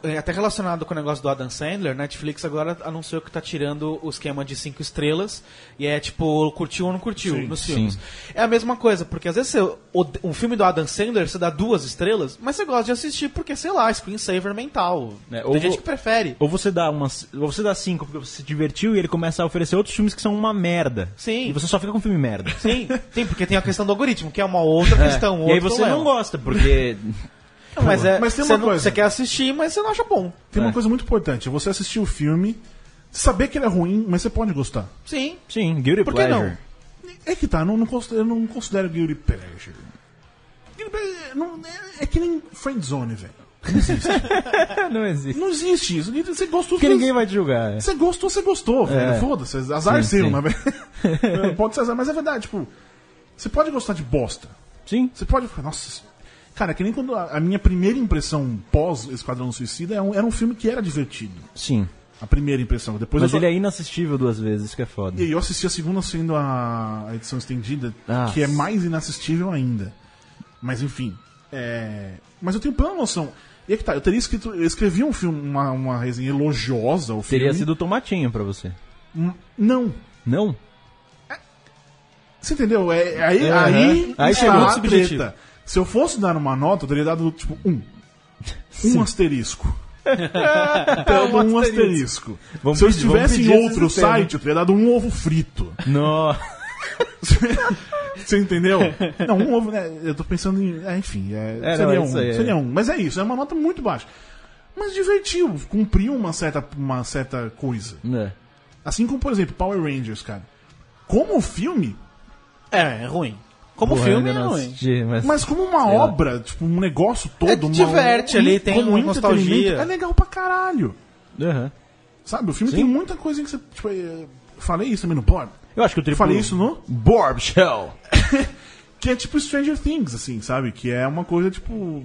D: é, é, até relacionado com o negócio do Adam Sandler, Netflix agora anunciou que tá tirando o esquema de cinco estrelas. E é tipo, curtiu ou não curtiu nos filmes. É a mesma coisa, porque às vezes você ode- um filme do Adam Sandler, você dá duas estrelas, mas você gosta de assistir porque, sei lá, screensaver mental.
F: É,
D: Tem
F: ou-
D: gente que prefere.
F: Ou você dá umas. Ou você dá cinco porque você se divertiu e ele começa a oferecer outros filmes que são uma merda.
D: Sim.
F: E você só fica com filme merda.
D: Sim, tem, porque tem a questão do algoritmo, que é uma outra questão.
F: e aí
D: outro
F: você
D: problema.
F: não gosta, porque.
D: Mas, é,
C: Mas tem
D: você
C: uma
D: não-
C: coisa.
D: Você quer assistir, mas você não acha bom.
C: Tem uma
F: É.
C: coisa muito importante. é Você assistir o filme, saber que ele é ruim, mas você pode gostar.
D: Sim.
F: Sim, Guilty
D: Por que
F: Pleasure.
D: não?
C: É que tá, eu não, não considero, eu não considero Guilty Pleasure. Guilty Pleasure não- é, é que nem Friendzone, velho.
F: É, não existe.
C: Não existe isso. Você gostou,
F: Porque
C: você-
F: ninguém vai te julgar. é.
C: Você gostou, você gostou, velho.
F: É.
C: Foda-se. Azar
F: Sim,
C: seu,
F: sim.
C: mas... pode ser azar, mas é verdade. Tipo, você pode gostar de bosta.
F: Sim.
C: Você pode ficar, nossa... isso- Cara, é que nem quando a a minha primeira impressão pós Esquadrão Suicida é um- era um filme que era divertido.
F: Sim.
C: A primeira impressão. Depois
F: Mas
C: eu só-
F: ele é inassistível duas vezes, isso que é foda.
C: E aí eu assisti a segunda sendo a a edição estendida,
F: Ah.
C: que é mais inassistível ainda. Mas enfim. é, Mas eu tenho plena noção. E é que tá, eu teria escrito. Eu escrevi um filme, uma, uma resenha elogiosa ao
F: Teria
C: filme.
F: sido o tomatinho pra você.
C: Hum, Não.
F: Não?
C: Você entendeu? É, aí aí,
F: É, aham. Aí
C: está
F: chegou.
C: a
D: Subjetivo.
C: treta. Se eu fosse dar uma nota, eu teria dado tipo um. Um asterisco. dado um asterisco.
F: É Vamos
C: Se eu
F: pedir- vamos
C: estivesse em
F: pedir esse
C: outro
F: sistema.
C: site, eu teria dado um ovo frito.
F: Não.
C: Você entendeu? Não, um ovo, né? Eu tô pensando em. É, enfim, é,
F: É, não,
C: seria
F: é
C: um.
F: isso aí, é.
C: seria um. Mas é isso, é uma nota muito baixa. Mas divertiu, cumpriu uma certa, uma certa coisa.
F: É.
C: Assim como, por exemplo, Power Rangers, cara. Como filme,
D: É, é ruim. Como
F: Porra,
D: filme,
F: eu
D: é
F: ainda não
D: ruim.
F: assisti, mas...
C: mas como uma
F: Sei lá.
C: obra, tipo, um negócio todo,
D: É que
C: uma-
D: diverte ali, tem
C: como
D: uma
C: entretenimento,
D: nostalgia.
C: É legal pra caralho.
F: Aham.
C: Sabe, o filme
F: Sim.
C: tem muita coisa que você. Tipo, é, falei isso também no Borb.
F: Eu acho que o
D: Tipo
F: triplo...
C: Falei isso no
F: Borb Shell.
C: Que é tipo Stranger Things, assim, sabe? Que é uma coisa, tipo.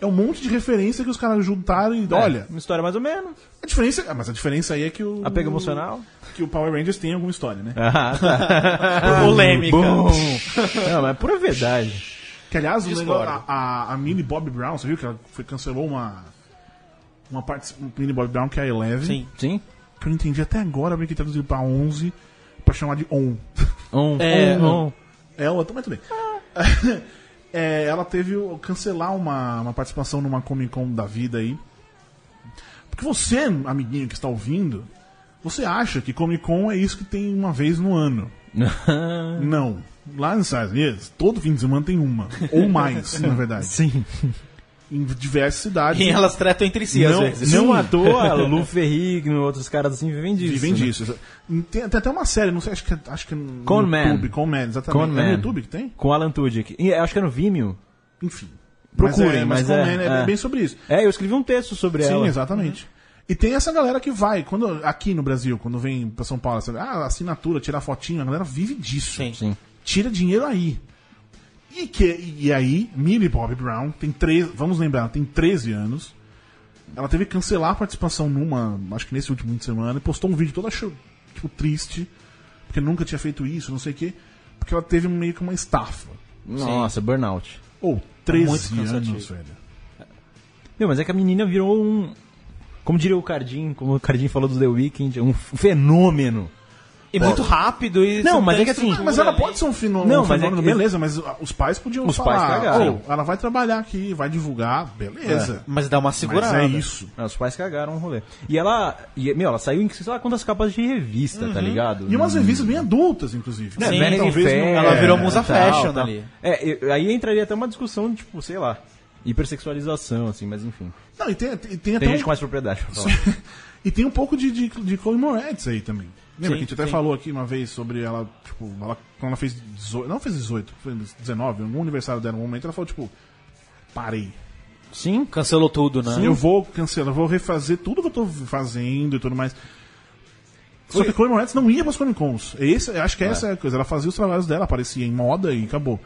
C: É um monte de referência que os caras juntaram
D: É.
C: e. Olha,
F: Uma história mais ou menos.
C: a diferença. ah, Mas a diferença aí é que o.
F: Apego emocional.
C: Que o Power Rangers tem alguma história, né?
F: Ah, tá.
D: Polêmica.
F: Bom. Não, mas é pura verdade.
C: Que aliás, o
D: Discordo.
C: negócio, a, a Millie Bob Brown, você viu que ela foi, cancelou uma. Uma parte. Millie Bob Brown, que é a Eleven.
D: Sim.
F: Sim.
C: Que eu não entendi até agora, bem que traduzido pra 11 pra chamar de On.
F: Um,
D: É,
F: um, um.
C: Ela, mas tudo bem. Ah. É, ela teve o cancelar uma, uma participação numa Comic Con da vida aí. Porque você, amiguinho que está ouvindo, você acha que Comic Con é isso que tem uma vez no ano. Não. Lá nos Estados Unidos, todo fim de semana tem uma. Ou mais, na verdade.
F: Sim.
C: em diversas cidades.
D: E elas tratam entre si, às
F: Não,
D: vezes.
F: não à toa, Lu Ferrigno, outros caras assim vivem disso.
C: Vivem
F: né?
C: disso. Tem, tem até uma série, não sei, acho que, é- acho que é no
F: Con Man.
C: YouTube. Con Man, exatamente.
F: Con
C: É no
F: Man.
C: YouTube que tem?
F: Com Alan Tudyk. E eu acho que era no Vimeo.
C: Enfim.
F: Procurem,
C: mas, é, mas,
F: mas
C: Con
F: é-
C: Man é,
F: é.
C: bem sobre isso.
F: É, eu escrevi um texto sobre
C: Sim,
F: ela.
C: exatamente. E tem essa galera que vai, quando aqui no Brasil, quando vem pra São Paulo, essa, ah, assinatura, tirar fotinho, a galera vive disso.
D: Sim.
F: Sim.
C: Tira dinheiro aí. E, que, e aí, Millie Bobby Brown, tem 13, vamos lembrar, ela tem 13 anos. Ela teve que cancelar a participação numa, acho que nesse último fim de semana, e postou um vídeo toda cho- tipo, triste, porque nunca tinha feito isso, não sei o quê, porque ela teve meio que uma estafa.
F: Nossa, burnout.
C: Ou, 13 anos, velho.
F: Meu, mas é que a menina virou um. Como diria o Cardim, como o Cardim falou do The Weeknd, um f- fenômeno.
D: E muito rápido e.
F: Não,
D: sem
F: mas é
D: tanta
F: que assim-
D: estrutura
C: Mas ela
D: ali.
C: pode ser um fenômeno,
F: Não,
C: um
F: mas é
C: fenômeno
F: que-
C: beleza, mas ah, os pais podiam
F: Os
C: falar,
F: pais cagaram. É.
C: "Ô, ela vai trabalhar aqui, vai divulgar, beleza.
D: Mas dá uma
C: Mas
D: segurada.
C: é isso.
F: Ah, Os pais cagaram o rolê. E ela. E, meu, ela saiu em sei lá quantas capas de revista,
D: Uhum.
F: tá ligado?
C: E umas
F: Hum.
C: revistas bem adultas, inclusive.
F: É,
D: Sim,
F: Vanity
D: né, talvez
F: Fair,
D: não- ela virou
F: é,
D: musa fashion ali.
F: É, eu- aí entraria até uma discussão, tipo, sei lá, hipersexualização, assim, mas enfim.
C: Não, e tem, tem, tem até
F: Tem
D: Então
C: um-
F: gente com mais propriedade pra falar.
C: E tem um pouco de, de, de Chloe Moretz aí também. Lembra
D: Sim,
C: que a gente até
D: sim.
C: falou aqui uma vez sobre ela, tipo, ela, quando ela fez 18, não fez 18, foi 19, no aniversário dela, no momento, ela falou, tipo, parei.
F: Sim,
D: Cancelou tudo, né?
C: Eu vou cancelar, eu vou refazer tudo que eu tô fazendo e tudo mais. Só que a Chloe Moretz não ia pras Comic Cons. Esse, eu acho que essa é a coisa. Ela fazia os trabalhos dela, aparecia em moda e acabou.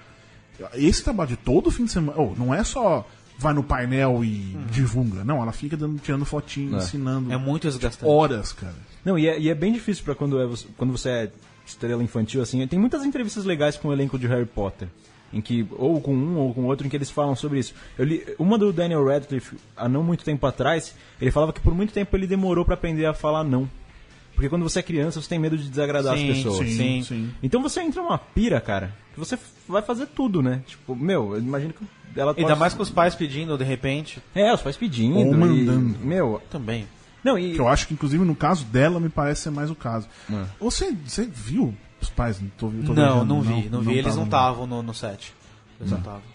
C: Esse trabalho de todo fim de semana. Oh, não é só vai no painel e divulga. Não, ela fica dando, tirando fotinho,
F: É.
C: ensinando.
D: Uhum. É muito desgastante.
C: horas, cara.
F: Não, e é, e é bem difícil pra quando, é você, quando você é estrela infantil, assim. Tem muitas entrevistas legais com o elenco de Harry Potter. Em que, ou com um ou com outro, em que eles falam sobre isso. Eu li uma do Daniel Radcliffe, há não muito tempo atrás, ele falava que por muito tempo ele demorou pra aprender a falar não. Porque quando você é criança, você tem medo de desagradar
D: Sim,
F: as pessoas.
C: Sim,
D: sim, sim.
C: sim.
F: Então você entra numa pira, cara, que você f- vai fazer tudo, né? Tipo, meu, eu imagino que ela
D: Ainda mais com os pais pedindo, de repente.
F: É, os pais pedindo.
C: Ou
F: e-
C: mandando.
F: meu,
D: Também.
F: não, e...
C: Que eu acho que, inclusive, no caso dela, me parece ser mais o caso. Você, você viu os pais? Não, tô, tô
D: É. não,
C: viajando, tá
D: não vi, não, vi. Eles não
C: tavam.
D: estavam no, no set. Eles não estavam.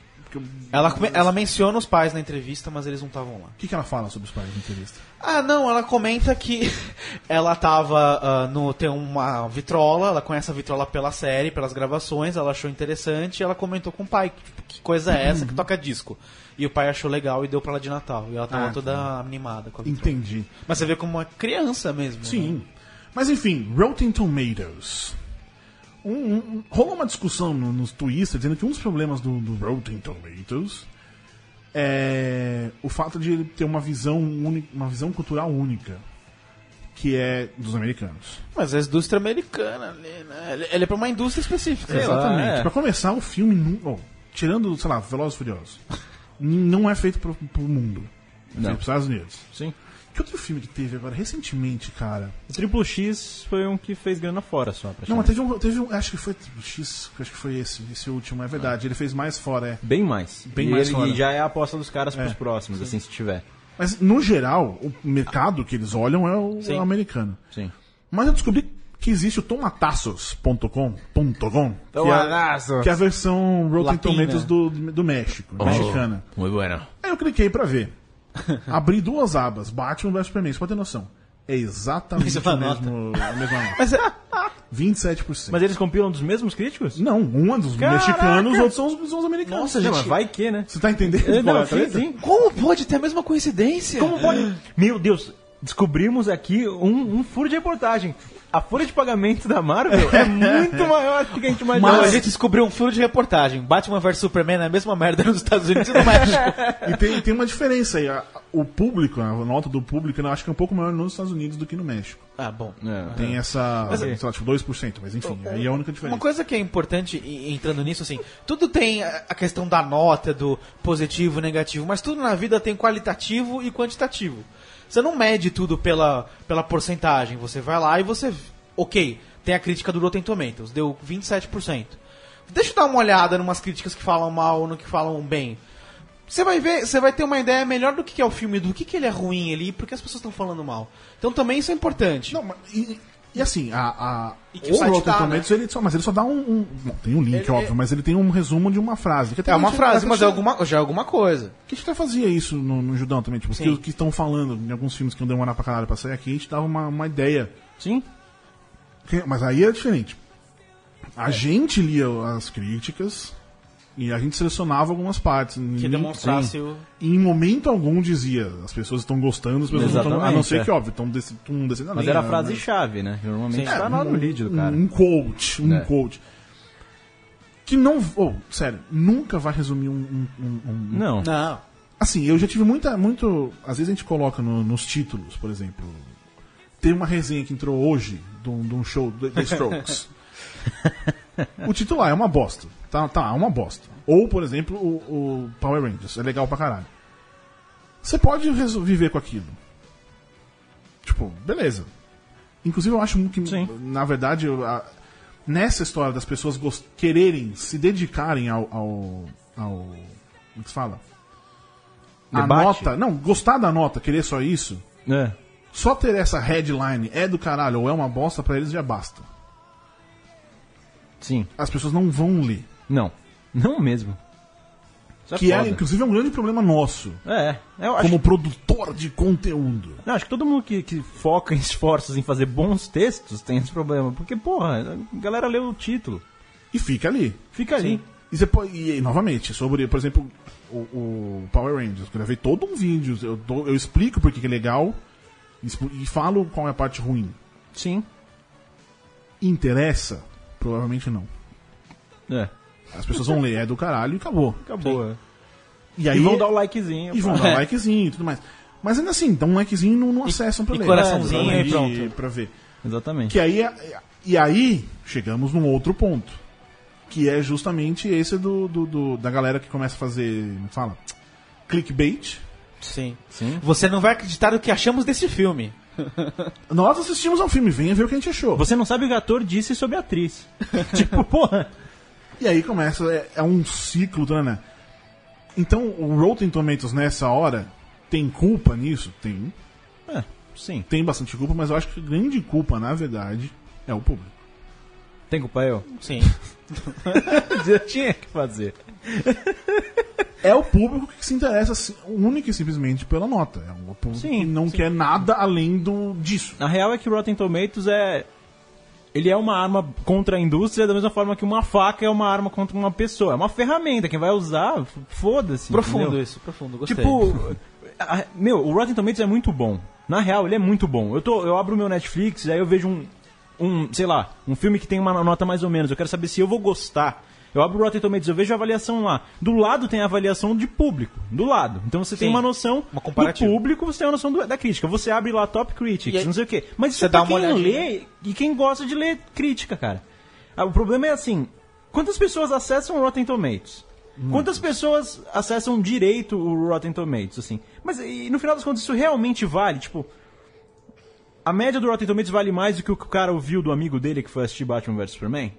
D: Ela, come- ela menciona os pais na entrevista, mas eles não estavam lá.
C: O que, que ela fala sobre os pais na entrevista?
D: Ah, não, ela comenta que ela tava ah, no. Tem uma vitrola, ela conhece a vitrola pela série, pelas gravações, ela achou interessante e ela comentou com o pai, que, tipo, que coisa é essa que toca disco? E o pai achou legal e deu pra ela de Natal. E ela tava
C: Ah,
D: toda animada com a vitrola.
C: Entendi.
D: Mas você vê como uma criança mesmo. né?
C: Sim. Mas enfim, Rotten Tomatoes. Um- um- um- rolou uma discussão no- nos Twitter dizendo que um dos problemas do, do Rotten Tomatoes é o fato de ele ter uma visão, uni, uma visão cultural única, que é dos americanos.
D: Mas a indústria americana ali, né? Ele- Ele é pra uma indústria específica.
F: Sei lá.
C: Exatamente.
F: é.
C: Pra começar, o filme, nu- oh, tirando, sei lá, Velozes e Furiosos, n- não é feito pro, pro mundo. É feito
F: Não.
C: pros Estados Unidos.
F: Sim.
C: Que outro filme que teve agora, recentemente, cara?
F: O Triplo X foi um que fez grana fora só,
C: Não,
F: praticamente.
C: mas teve um, teve um. Acho que foi X, acho que foi esse, esse último, é verdade. Ele fez mais fora, é.
F: Bem mais.
C: Bem
F: e
C: mais
F: ele-
C: fora.
F: e já é a aposta dos caras pros
C: É.
F: próximos, assim, se tiver.
C: Mas, no geral, o mercado que eles olham é o, é o americano.
F: Sim.
C: Mas eu descobri que existe o tomatassos.com, ponto com, que, é,
F: Tomataços.
C: que é a versão Rotten
D: Latina.
C: Tomatoes do, do México, mexicana.
F: Muito bueno.
C: Aí eu cliquei pra ver. Abri duas abas, Batman vs Superman, você pode ter noção. É exatamente
D: Mesma
C: o mesmo, a mesma nota.
D: Mas é-
C: 27%.
F: Mas eles compilam dos mesmos críticos?
C: Não, um é dos
F: Caraca!
C: mexicanos, os outros são os, são os americanos.
F: Nossa, gente. Mas vai que, né?
C: Você tá entendendo?
F: É,
C: qual é
F: não,
C: a
F: sim,
C: treta?
F: sim.
D: Como pode ter a mesma coincidência?
F: Como pode... Meu Deus, descobrimos aqui um, um furo de reportagem. A folha de pagamento da Marvel é muito maior do que a gente
D: Mas
F: imaginava.
D: a gente descobriu um furo de reportagem. Batman vs Superman é a mesma merda nos Estados Unidos e no México.
C: E tem, tem uma diferença aí. a- O público, a nota do público, eu acho que é um pouco maior nos Estados Unidos do que no México.
D: ah, bom.
F: É.
C: Tem essa,
F: Mas-
C: sei lá, tipo 2%, mas enfim, aí é a única
D: assim, Uma
C: diferença.
D: coisa que é importante, e- entrando nisso, assim, tudo tem a a questão da nota, do positivo, negativo, mas tudo na vida tem qualitativo e quantitativo. Você não mede tudo pela, pela porcentagem, você vai lá e você. Ok, tem a crítica do Rotten Tomatoes, deu 27%. Deixa eu dar uma olhada numas críticas que falam mal, no que falam bem. Você vai ver, você vai ter uma ideia melhor do que que é o filme, do que, que ele é ruim ali, porque as pessoas estão falando mal. Então também isso é importante.
C: Não, mas- e, E assim, a, a
D: E que o
C: o
D: site
C: Rotten
D: dá,
C: Tomatoes, ele só, mas ele só dá um, um- bom, tem um link,
D: Ele-
C: óbvio, mas ele tem um resumo de uma frase. que até
D: É uma
C: a gente- tá
D: frase,
C: a
D: mas
C: gente-
D: é alguma, já é alguma coisa.
C: que a gente até fazia isso no, no Judão também, tipo,
D: Sim.
C: que, que estão falando em alguns filmes que não demoraram pra caralho pra sair aqui, a gente dava uma, uma ideia.
F: Sim.
C: Que- Mas aí é diferente.
F: É.
C: A gente lia as críticas e a gente selecionava algumas partes.
D: Que
C: Ninguém-
D: demonstrasse o.
C: E em momento algum dizia, as pessoas estão gostando, as pessoas não estão. A não
F: Exatamente,
C: ser
F: é.
C: que, óbvio, estão desse, tão descendo a
F: Mas
C: lenha,
F: era a
C: né?
F: frase-chave, né? Que Normalmente
D: Sim.
F: tá lá no lead do cara.
C: é, Um quote, um
F: É.
C: quote. Que não. Oh, sério, nunca vai resumir um- um- um- um
F: Não.
D: Não.
C: Assim, eu já tive muita. muito Às vezes a gente coloca no- nos títulos, por exemplo. Tem uma resenha que entrou hoje de um, de um show do- The Strokes. o título lá é uma bosta. Tá, tá, é uma bosta. Ou, por exemplo, o, o Power Rangers. É legal pra caralho. Você pode resol- viver com aquilo. Tipo, beleza. Inclusive, eu acho que,
F: Sim.
C: na verdade, eu- a- nessa história das pessoas gos- quererem se dedicarem ao, ao, ao. Como é que se fala? A
F: Debate?
C: nota. Não, gostar da nota, querer só isso.
F: É.
C: Só ter essa headline é do caralho ou é uma bosta pra eles já basta.
F: Sim.
C: As pessoas não vão ler.
F: Não. Não mesmo. Isso
C: que é,
F: foda.
C: inclusive, é um grande problema nosso.
F: É. Eu acho
C: Como produtor de conteúdo.
F: Não, acho que todo mundo que, que foca em esforços em fazer bons textos tem esse problema. Porque, porra, a galera lê o título.
C: E fica ali.
F: Fica ali.
C: E, você pô- e, e, novamente, sobre, por exemplo, o, o Power Rangers. Eu gravei todo um vídeo, eu, dou- eu explico porque que é legal expo- e falo qual é a parte ruim.
F: Sim.
C: Interessa? Provavelmente não.
F: É.
C: As pessoas vão ler, é do caralho e acabou.
F: Acabou. é.
C: E
F: E
C: aí
F: vão dar o likezinho.
C: e vão dar um likezinho e tudo mais. Mas ainda assim, dão um likezinho e não, não acessam pra
D: é. e
C: ler.
D: coraçãozinho, né,
C: Pra ler,
D: e pronto.
C: Pra ver.
F: Exatamente.
C: Que aí, é, e aí, chegamos num outro ponto. Que é justamente esse do, do- do- da galera que começa a fazer. não Fala. Clickbait.
D: Sim.
F: Sim.
D: Você não vai acreditar o que achamos desse filme.
C: Nós assistimos ao filme, venha ver o que a gente achou.
F: Você não sabe o que o ator disse sobre a atriz. tipo, porra.
C: E aí começa, é, é um ciclo, né? Então, o Rotten Tomatoes nessa hora tem culpa nisso? Tem.
F: É, sim.
C: Tem bastante culpa, mas eu acho que a grande culpa, na verdade, é o público.
F: Tem culpa eu?
D: Sim.
F: Eu tinha que fazer.
C: É o público que se interessa si- única e simplesmente pela nota. É o público
F: Sim,
C: que não quer nada além do, disso.
F: A real é que o Rotten Tomatoes é... Ele é uma arma contra a indústria da mesma forma que uma faca é uma arma contra uma pessoa. É uma ferramenta. Quem vai usar, f- foda-se.
D: Profundo
F: entendeu?
D: isso, profundo. Gostei.
F: Tipo, a- meu, o Rotten Tomatoes é muito bom. Na real, ele é muito bom. Eu, tô, eu abro meu Netflix e aí eu vejo um, um, sei lá, um filme que tem uma nota mais ou menos. Eu quero saber se eu vou gostar. Eu abro o Rotten Tomatoes, eu vejo a avaliação lá. Do lado tem a avaliação de público. Do lado. Então você tem
D: Sim.
F: uma noção
D: Uma
F: do
D: comparativa.
F: público, você tem uma noção do- da crítica. Você abre lá Top Critics,
D: E aí-
F: não sei o quê. Mas isso
D: Você
F: é pra
D: dá uma
F: quem
D: olhadinha.
F: lê e quem gosta de ler crítica, cara. Ah, O problema é assim, quantas pessoas acessam o Rotten Tomatoes? Quantas pessoas acessam direito o Rotten Tomatoes, assim? Mas e, no final das contas isso realmente vale, tipo... A média do Rotten Tomatoes vale mais do que o que o cara ouviu do amigo dele que foi assistir Batman vs Superman?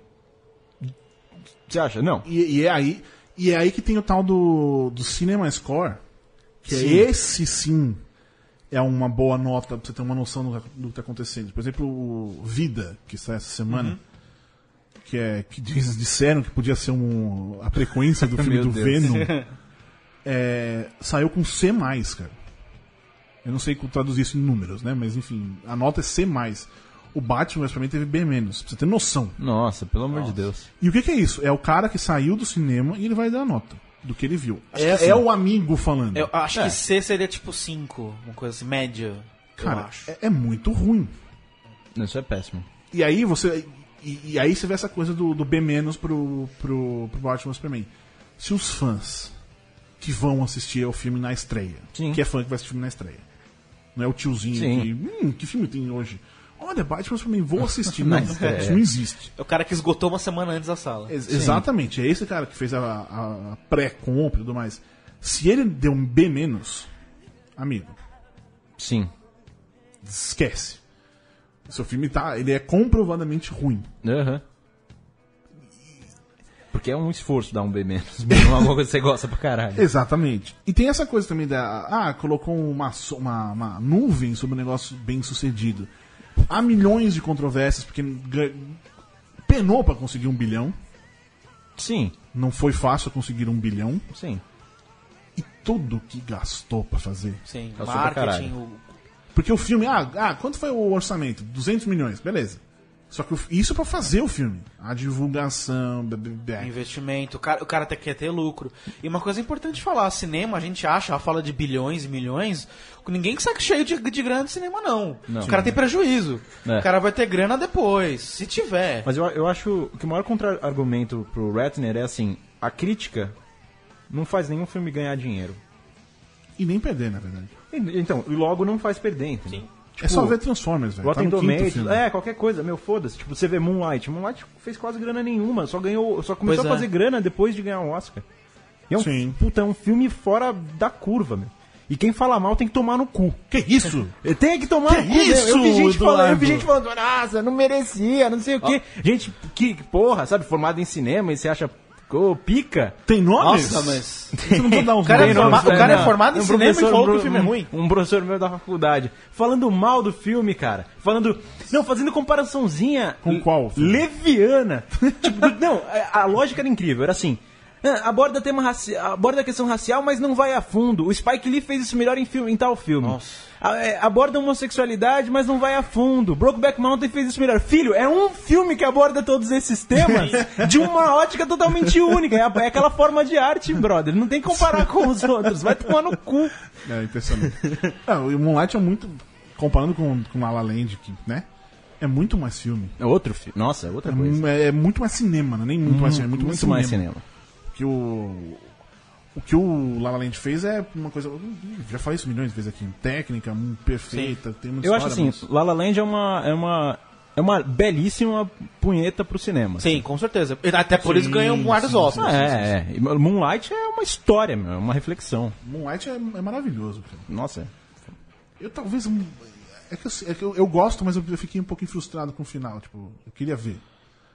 F: Você acha? Não.
C: E, e é aí, e é aí que tem o tal do, do Cinema Score. Que é
F: Sim.
C: esse sim é uma boa nota pra você ter uma noção do, do que tá acontecendo. Por exemplo, o Vida, que sai essa semana.
F: Uhum.
C: Que, é, que diz- disseram que podia ser um, a frequência do filme
F: Meu
C: do
F: Deus.
C: Venom. é, saiu com C, cara. Eu não sei como traduzir isso em números, né? Mas enfim, a nota é C. O Batman, mas pra mim, teve B-. Pra você ter noção.
F: Nossa, pelo amor de Deus.
C: E o que, que é isso? É o cara que saiu do cinema e ele vai dar a nota do que ele viu.
D: que
C: É,
D: sim.
C: é o amigo falando.
D: Eu acho
F: É.
D: que C seria tipo 5, uma coisa assim, média. eu
C: cara,
D: acho.
C: é, é muito ruim.
F: Isso é péssimo.
C: E aí você. E, e aí você vê essa coisa do, do B- pro, pro, pro Batman Superman. Se os fãs que vão assistir ao filme na estreia,
F: Sim.
C: que é fã que vai assistir o filme na estreia, não é o tiozinho
F: Sim.
C: que. Hum, que filme tem hoje? Olha, Batman Superman, vou assistir.
F: Na
C: não,
F: estreia.
C: isso não existe.
D: É o cara que esgotou uma semana antes da sala.
C: Ex- Exatamente, é esse cara que fez a, a- a pré-compra e tudo mais. Se ele deu um B-, amigo,
F: Sim.
C: esquece. Seu filme tá, ele é comprovadamente ruim.
F: Aham. Porque é um esforço dar um B menos. Mesmo alguma coisa que você gosta pra caralho.
C: Exatamente. E tem essa coisa também da. Ah, colocou uma, so- uma, uma nuvem sobre um negócio bem sucedido. Há milhões de controvérsias, porque gan- penou pra conseguir um bilhão.
F: Sim,
C: Não foi fácil conseguir um bilhão.
F: sim.
C: E tudo que gastou pra fazer.
D: Sim,
F: Tá sobre
D: marketing.
F: caralho.
D: o-
C: Porque o filme, ah, ah, quanto foi o orçamento? 200 milhões, beleza. Só que o- isso é pra fazer o filme. A divulgação, blá, blá, blá.
D: Investimento, o cara, o cara até quer ter lucro. E uma coisa importante de falar, cinema, a gente acha, ela fala de bilhões e milhões, ninguém que saca cheio de, de grana de cinema, não.
F: Não.
D: O cara tem prejuízo.
F: É.
D: O cara vai ter grana depois, se tiver.
F: Mas eu, eu acho que o maior contra-argumento pro Ratner é assim, a crítica não faz nenhum filme ganhar dinheiro.
C: E nem perder, na verdade.
F: E- Então, e logo não faz perder, entendeu?
C: é só ver Transformers, velho. Tá
F: Rotten
C: no quinto
F: Tomatoes,
C: filme.
F: é, qualquer coisa, meu, foda-se. Tipo, você vê Moonlight. Moonlight fez quase grana nenhuma, só ganhou, só começou
D: Pois
F: a
D: é.
F: fazer grana depois de ganhar o Oscar. E é um,
C: Sim.
F: puta, é um filme fora da curva, meu. E quem fala mal tem que tomar no cu.
C: Que isso?
F: Tem que
C: Que
F: tomar no cu, meu. Eu vi
C: isso,
F: gente falando, eu vi
C: Eduardo?
F: gente falando, nossa, não merecia, não sei o quê. Gente, que que porra, sabe, formado em cinema e você acha ô, pica?
C: Tem nomes?
D: Nossa, mas.
C: Você não pode dar uns
D: O cara é
C: nomes,
D: forma-
C: né?
D: o cara é formado em
F: um
D: cinema e
F: professor-
D: falou que o
F: um-
D: filme é ruim.
F: Um professor meu da faculdade. Falando mal do filme, cara. Falando. Não, fazendo comparaçãozinha.
C: Com
F: l-
C: qual filme?
F: Leviana. tipo, não, a, a lógica era incrível. Era assim. "Ah, Aborda, tema raci aborda a questão racial, mas não vai a fundo. O Spike Lee fez isso melhor em, filme, em tal filme. A- é, aborda a homossexualidade, mas não vai a fundo. Brokeback Mountain fez isso melhor. Filho, é um filme que aborda todos esses temas de uma ótica totalmente única. É, a- é aquela forma de arte, brother. Não tem que comparar com os outros. Vai tomar no cu.
C: É impressionante. Não, e o Moonlight é muito. Comparando com, com La La Land, que, né? É muito mais filme.
F: É outro filme. Nossa, é outra
C: É, mu- é- é muito mais cinema, né? Nem muito mais cinema, é muito, mais cinema. Que o. O que o La La Land fez é uma coisa. eu Já falei isso milhões de vezes aqui. Técnica, hum, perfeita, tem muita
F: Eu acho
C: história,
F: assim,
C: mas-
F: La La Land é uma, é uma, é uma belíssima punheta pro cinema. assim.
D: Sim, com certeza. Até por isso
C: Sim,
D: ganhou um ar dos
C: sim,
D: Oscars.
F: Ah, é, é. E Moonlight é uma história, meu, é uma reflexão.
C: Moonlight é, é maravilhoso, cara.
F: Nossa.
C: Eu talvez. hum, É que, eu, sei- é que eu, eu gosto, mas eu eu fiquei um pouquinho frustrado com o final. Tipo, eu queria ver.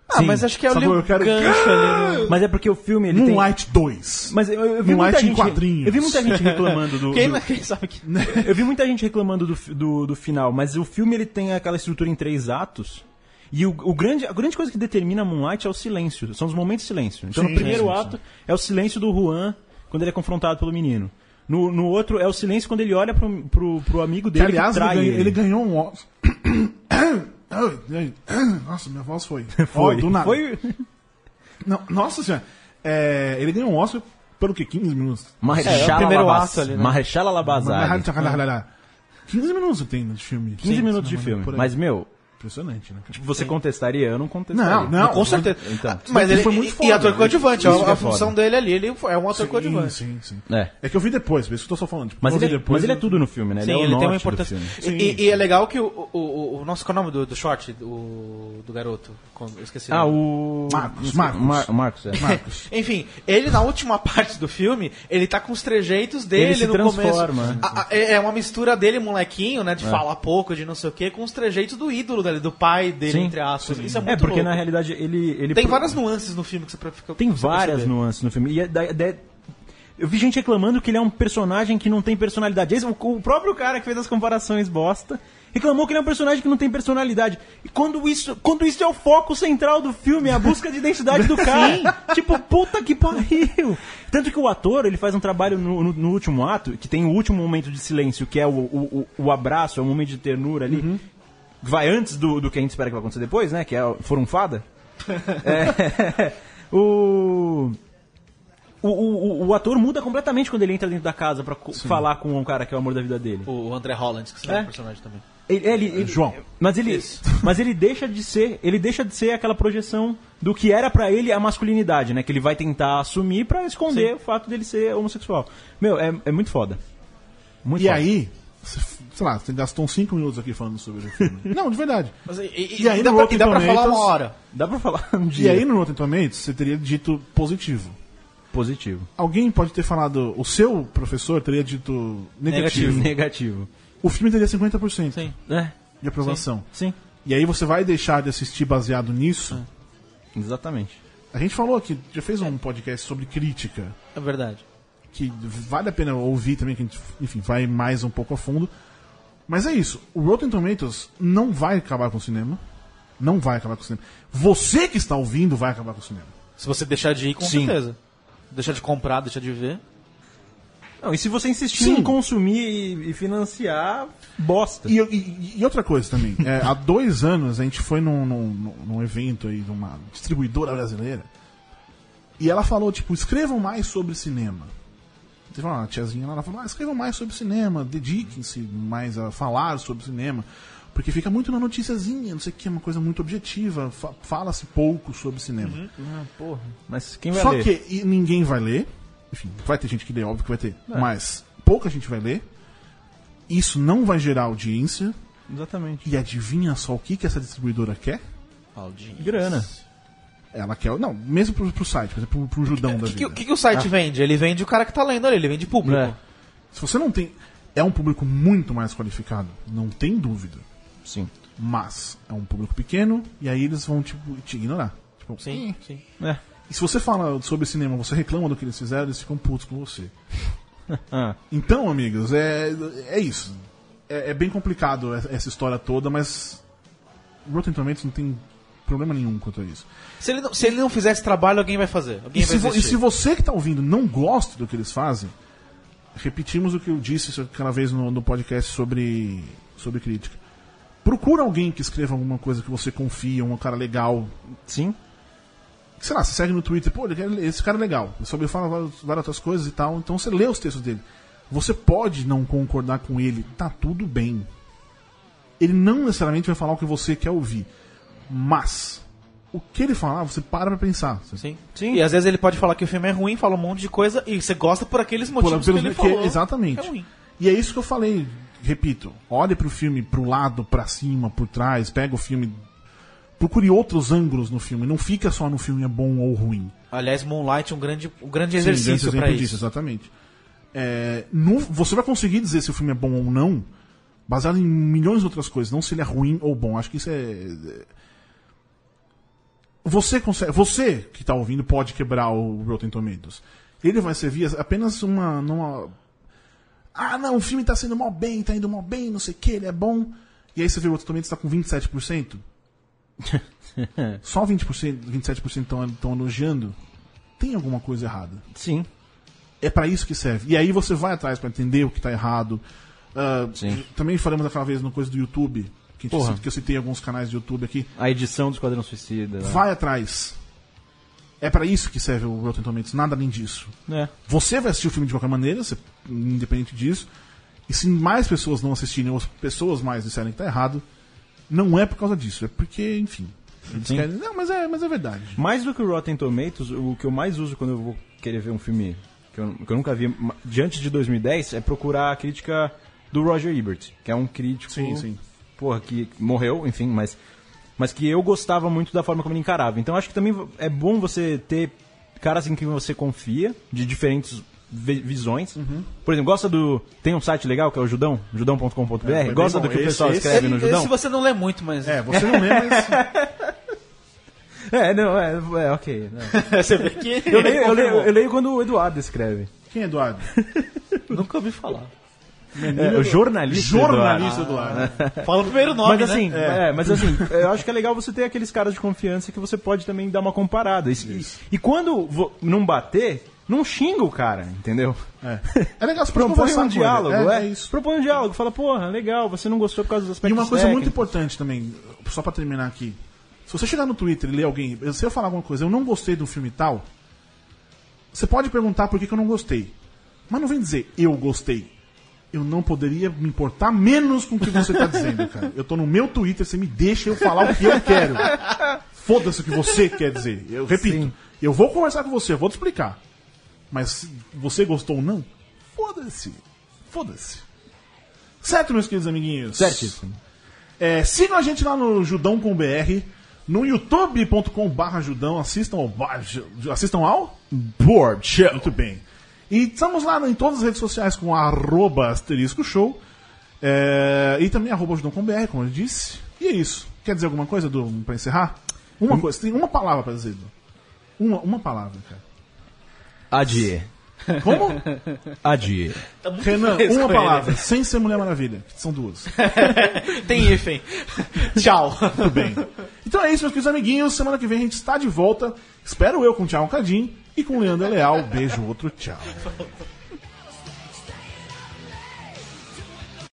D: Ah,
F: Sim.
D: mas acho que é o
C: Sabe, eu quero-
D: gancho ali. no-
F: Mas é porque o filme ele tem.
C: Moonlight 2.
F: Mas eu, eu
C: Moonlight
F: vi muita
C: em
F: gente.
C: quadrinhos.
F: Eu vi muita gente reclamando do.
D: Quem,
F: do-
D: quem sabe que.
F: eu vi muita gente reclamando do, fi- do, do final, mas o filme ele tem aquela estrutura em três atos. E o, o grande, a grande coisa que determina Moonlight é o silêncio. São os momentos de silêncio. Então,
C: Sim,
F: no primeiro
C: sim, sim.
F: ato é o silêncio do Juan quando ele é confrontado pelo menino. No, no outro é o silêncio quando ele olha pro, pro, pro amigo
C: Que,
F: dele que,
C: aliás, ele
F: trai
C: ganhou,
F: ele.
C: ele ganhou um Oscar. Nossa, minha voz foi. Ó,
F: Foi.
C: do nada.
F: Foi
C: Não, nossa senhora. É, ele ganhou um Oscar pelo quê? 15 minutos?
D: É, é o primeiro
F: Labaz-
D: ato ali, né?
F: Mahershala Labazari.
C: 15 minutos tem de filme.
F: 15
C: Sim,
F: minutos de
C: por
F: filme.
C: aí.
F: Mas, meu, tipo,
C: Impressionante, né? cara?
F: você contestaria? Eu não contestaria.
C: Não, não.
D: Com certeza.
F: Então.
D: mas ele
C: Foi muito
D: e-
C: foda,
D: E ator
C: né?
D: coadjuvante,
F: Isso que
D: a,
F: é
D: a função
F: foda.
D: dele ali, ele é um ator
C: Sim,
D: coadjuvante.
C: sim, sim.
F: É.
C: É que eu vi depois, por isso que eu tô só falando. Tipo,
F: Mas
C: eu vi
F: ele, é-
C: depois,
F: mas ele é
C: eu-
F: tudo no filme, né?
D: Sim,
F: ele, é o
D: ele tem uma
F: norte do
D: importância.
F: filme.
D: E, e- e é legal que o, o, o, é o nosso canal do, do short, do, do garoto, com- eu esqueci.
F: Ah,
D: nome.
F: o.
C: Marcos,
F: Mar-
C: Marcos.
F: Marcos, é.
C: Marcos.
D: Enfim, ele na última parte do filme, ele tá com os trejeitos dele
F: Ele se
D: no
F: transforma, É.
D: começo.
F: né?
D: A- a- é é uma mistura dele, molequinho, né? De falar pouco, de não sei o quê, com os trejeitos do ídolo dele, do pai dele,
F: Sim.
D: entre aspas. Isso é muito
F: É, porque
D: louco.
F: na realidade ele. ele
D: Tem
F: pro-
D: várias nuances no filme que você pra- fica
F: Tem
D: pra você
F: várias
D: perceber.
F: nuances no filme. E é da- da- eu vi gente reclamando que ele é um personagem que não tem personalidade. Esse- o, o próprio cara que fez as comparações bosta reclamou que ele é um personagem que não tem personalidade. E quando isso, quando isso é o foco central do filme, é a busca de identidade do cara. tipo, puta que pariu. Tanto que o ator, ele faz um trabalho no, no- no último ato, que tem o último momento de silêncio, que é o, o, o- o abraço, é o momento de ternura ali.
D: Uhum.
F: Vai antes do, do que a gente espera que vai acontecer depois, né? Que é o Forunfada. É. o, o, o, o ator muda completamente quando ele entra dentro da casa pra co- falar com o cara que é o amor da vida dele.
D: O o André Holland, que você é
F: É.
D: um personagem também.
F: Ele, ele- ele-
C: João.
F: Mas ele, mas ele deixa de ser, ele deixa de ser aquela projeção do que era pra ele a masculinidade, né? Que ele vai tentar assumir pra esconder o fato dele ser homossexual. Meu, é, é muito foda. Muito
C: E
F: foda.
C: aí, cê- sei lá, você gastou uns 5 minutos aqui falando sobre o filme. não, de verdade.
D: Mas e,
C: E aí
D: dá,
C: no
D: pra,
C: Rotten
D: e dá pra falar
C: Tomatoes-
D: uma hora.
F: Dá pra falar um
C: E
F: dia
C: aí, no Rotten Tomatoes, você teria dito positivo.
F: positivo.
C: Alguém pode ter falado, o seu professor teria dito negativo.
F: Negativo.
C: O filme teria 50%
D: Sim.
F: É,
C: de aprovação.
F: sim.
C: E aí você vai deixar de assistir baseado nisso.
F: Exatamente.
C: A gente falou aqui, já fez
F: É.
C: um podcast sobre crítica,
D: É verdade.
C: que vale a pena ouvir também, que a gente, enfim, vai mais um pouco a fundo. Mas é isso. O Rotten Tomatoes não vai acabar com o cinema. Não vai acabar com o cinema. Você que está ouvindo vai acabar com o cinema.
D: Se você deixar de ir, com
F: Sim.
D: certeza. Deixar de comprar, deixar de ver.
F: Não, e se você insistir
C: Sim.
F: em consumir e, e financiar, bosta.
C: E, e- e outra coisa também, é, há dois anos a gente foi num, num- num evento aí de uma distribuidora brasileira e ela falou, tipo, escrevam mais sobre cinema. Teve uma tiazinha lá, ela falou, ah, escrevam mais sobre cinema, dediquem-se mais a falar sobre cinema, porque fica muito na noticiazinha, não sei o que, é uma coisa muito objetiva, fa- fala-se pouco sobre cinema.
F: Mas quem vai
C: Só
F: ler?
C: que e ninguém vai ler. Enfim, vai ter gente que lê, óbvio que vai ter.
F: É.
C: Mas pouca gente vai ler. Isso não vai gerar audiência.
F: Exatamente.
C: E adivinha só o que, que essa distribuidora quer?
F: Grana.
C: Ela quer. Não, mesmo pro, pro site, por exemplo, pro, pro Judão
D: O
C: da
D: É, que, que-
C: vida.
D: o que que o site vende? Ele vende o cara que tá lendo ali, ele vende público.
F: Ah. É.
C: Se você não tem. É um público muito mais qualificado, não tem dúvida.
F: Sim.
C: Mas é um público pequeno e aí eles vão tipo, te ignorar. Tipo,
D: Sim, sim.
F: É.
C: E se você fala sobre cinema, você reclama do que eles fizeram, eles ficam putos com você.
F: Ah,
C: Então, amigos, é, é isso. É, é bem complicado essa essa história toda, mas Rotten Tomatoes não tem problema nenhum quanto a isso.
D: Se ele, não, se ele não fizer esse trabalho, alguém vai fazer. Alguém
C: E
D: vai
C: se, vo- e
D: existir.
C: se você que está ouvindo não gosta do que eles fazem, repetimos o que eu disse aquela vez no, no podcast sobre, sobre crítica. Procura alguém que escreva alguma coisa que você confia, um cara legal.
F: sim.
C: Sei lá, você segue no Twitter, pô, ele- esse cara é legal. Ele sobre fala várias, várias outras coisas e tal, então você lê os textos dele. Você pode não concordar com ele, tá tudo bem. Ele não necessariamente vai falar o que você quer ouvir. Mas, o que ele falar, você para pra pensar. Você
D: Sim.
F: Sim.
D: E às vezes ele pode falar que o filme é ruim, fala um monte de coisa, e você gosta por aqueles motivos
C: pelos
D: que
C: me-
D: ele
C: que-
D: falou.
C: exatamente.
D: É ruim.
C: E é isso que eu falei, repito, olhe pro filme pro lado, pra cima, por trás, pega o filme, procure outros ângulos no filme, não fica só no filme é bom ou ruim.
D: Aliás, Moonlight é um grande, um grande
C: Sim,
D: exercício
C: exemplo
D: pra isso.
C: disso, exatamente. É, no- você vai conseguir dizer se o filme é bom ou não, baseado em milhões de outras coisas, não se ele é ruim ou bom. Acho que isso é. é- Você consegue. Você que está ouvindo pode quebrar o Rotten Tomatoes. Ele vai servir apenas uma. numa- Ah, não, o filme tá sendo mal bem, tá indo mal bem, não sei o que, ele é bom. E aí você vê o Rotten Tomatoes tá com 27%. Só 20%, 27% estão elogiando. Tem alguma coisa errada
F: Sim.
C: é pra isso que serve. E aí você vai atrás pra entender o que tá errado. Ah,
F: Sim.
C: Também falamos aquela vez no coisa do YouTube, que, a gente
F: Porra.
C: cita- que eu citei alguns canais do YouTube aqui.
F: A edição do Esquadrão Suicida. lá.
C: Vai atrás. É pra isso que serve o Rotten Tomatoes, nada além disso.
F: É.
C: Você vai assistir o filme de qualquer maneira, você- independente disso. E se mais pessoas não assistirem, ou as pessoas mais disserem que tá errado, não é por causa disso, é porque, enfim. Eles
F: Sim.
C: querem. Não, mas é, mas é verdade.
F: Mais do que o Rotten Tomatoes, o que eu mais uso quando eu vou querer ver um filme que eu, que eu nunca vi ma- de antes de 2010 é procurar a crítica do Roger Ebert, que é um crítico.
C: Sim, sim.
F: Porra, que morreu, enfim, mas. Mas que eu gostava muito da forma como ele encarava. Então acho que também é bom você ter caras em quem você confia, de diferentes vi- visões.
C: Uhum.
F: Por exemplo, gosta do. Tem um site legal que é o Judão, judão.com.br.
C: É, foi bem
F: gosta
C: bom.
F: do que o
C: Esse-
F: pessoal
C: esse-
F: escreve no
D: Esse
F: Judão?
D: você não lê muito, mas.
C: É, você não lembra, mas
F: É, não, é, é ok. não.
D: você vê que.
C: é
D: é
F: Eu, leio, eu, leio, eu leio quando o Eduardo escreve.
C: quem é Eduardo?
D: Nunca ouvi falar.
F: É, o jornalista.
C: Jornalista Eduardo.
D: Fala o primeiro nome,
F: Mas assim,
D: né?
F: é, mas assim, eu acho que é legal você ter aqueles caras de confiança que você pode também dar uma comparada. E, e- e quando vo- não bater, não xinga o cara, entendeu?
C: É. É legal, você pode
F: Propõe
C: conversar com
F: um
C: ele.
F: diálogo,
C: É,
F: é,
C: é isso.
F: Propõe um diálogo, fala, porra, legal, você não gostou por causa dos
C: E
F: aspectos
C: uma coisa muito
F: técnicos.
C: importante também, só pra terminar aqui. Se você chegar no Twitter e ler alguém, se eu falar alguma coisa, eu não gostei do filme tal, você pode perguntar por que, que eu não gostei. Mas não vem dizer eu gostei. Eu não poderia me importar menos com o que você tá dizendo, cara. Eu tô no meu Twitter, você me deixa eu falar o que eu quero. Foda-se o que você quer dizer. Eu repito,
F: Sim.
C: eu vou conversar com você, eu vou te explicar. Mas se você gostou ou não, foda-se. Foda-se. Certo, meus queridos amiguinhos?
F: Certíssimo.
C: É, sigam a gente lá no Judão com BR, no youtube.com.br Judão, assistam ao, ba- ju- assistam ao Board Show. Muito bem. E estamos lá em todas as redes sociais com arroba asterisco show. é, e também arroba Judão com BR, como eu disse. E é isso. Quer dizer alguma coisa, Edu, pra encerrar? Hum. Uma coisa, tem uma palavra pra dizer, Edu. Uma, uma palavra, cara.
F: Adie.
C: Como?
F: Adie.
C: Renan,
D: feliz
C: uma
D: É com ele.
C: palavra, sem ser Mulher Maravilha, que são duas.
D: Tem hífen. Tchau.
C: Tudo bem. Então é isso, meus queridos amiguinhos. Semana que vem a gente um está de volta. Espero eu com o Thiago Cadim e com o Leandro Leal. Beijo, outro tchau.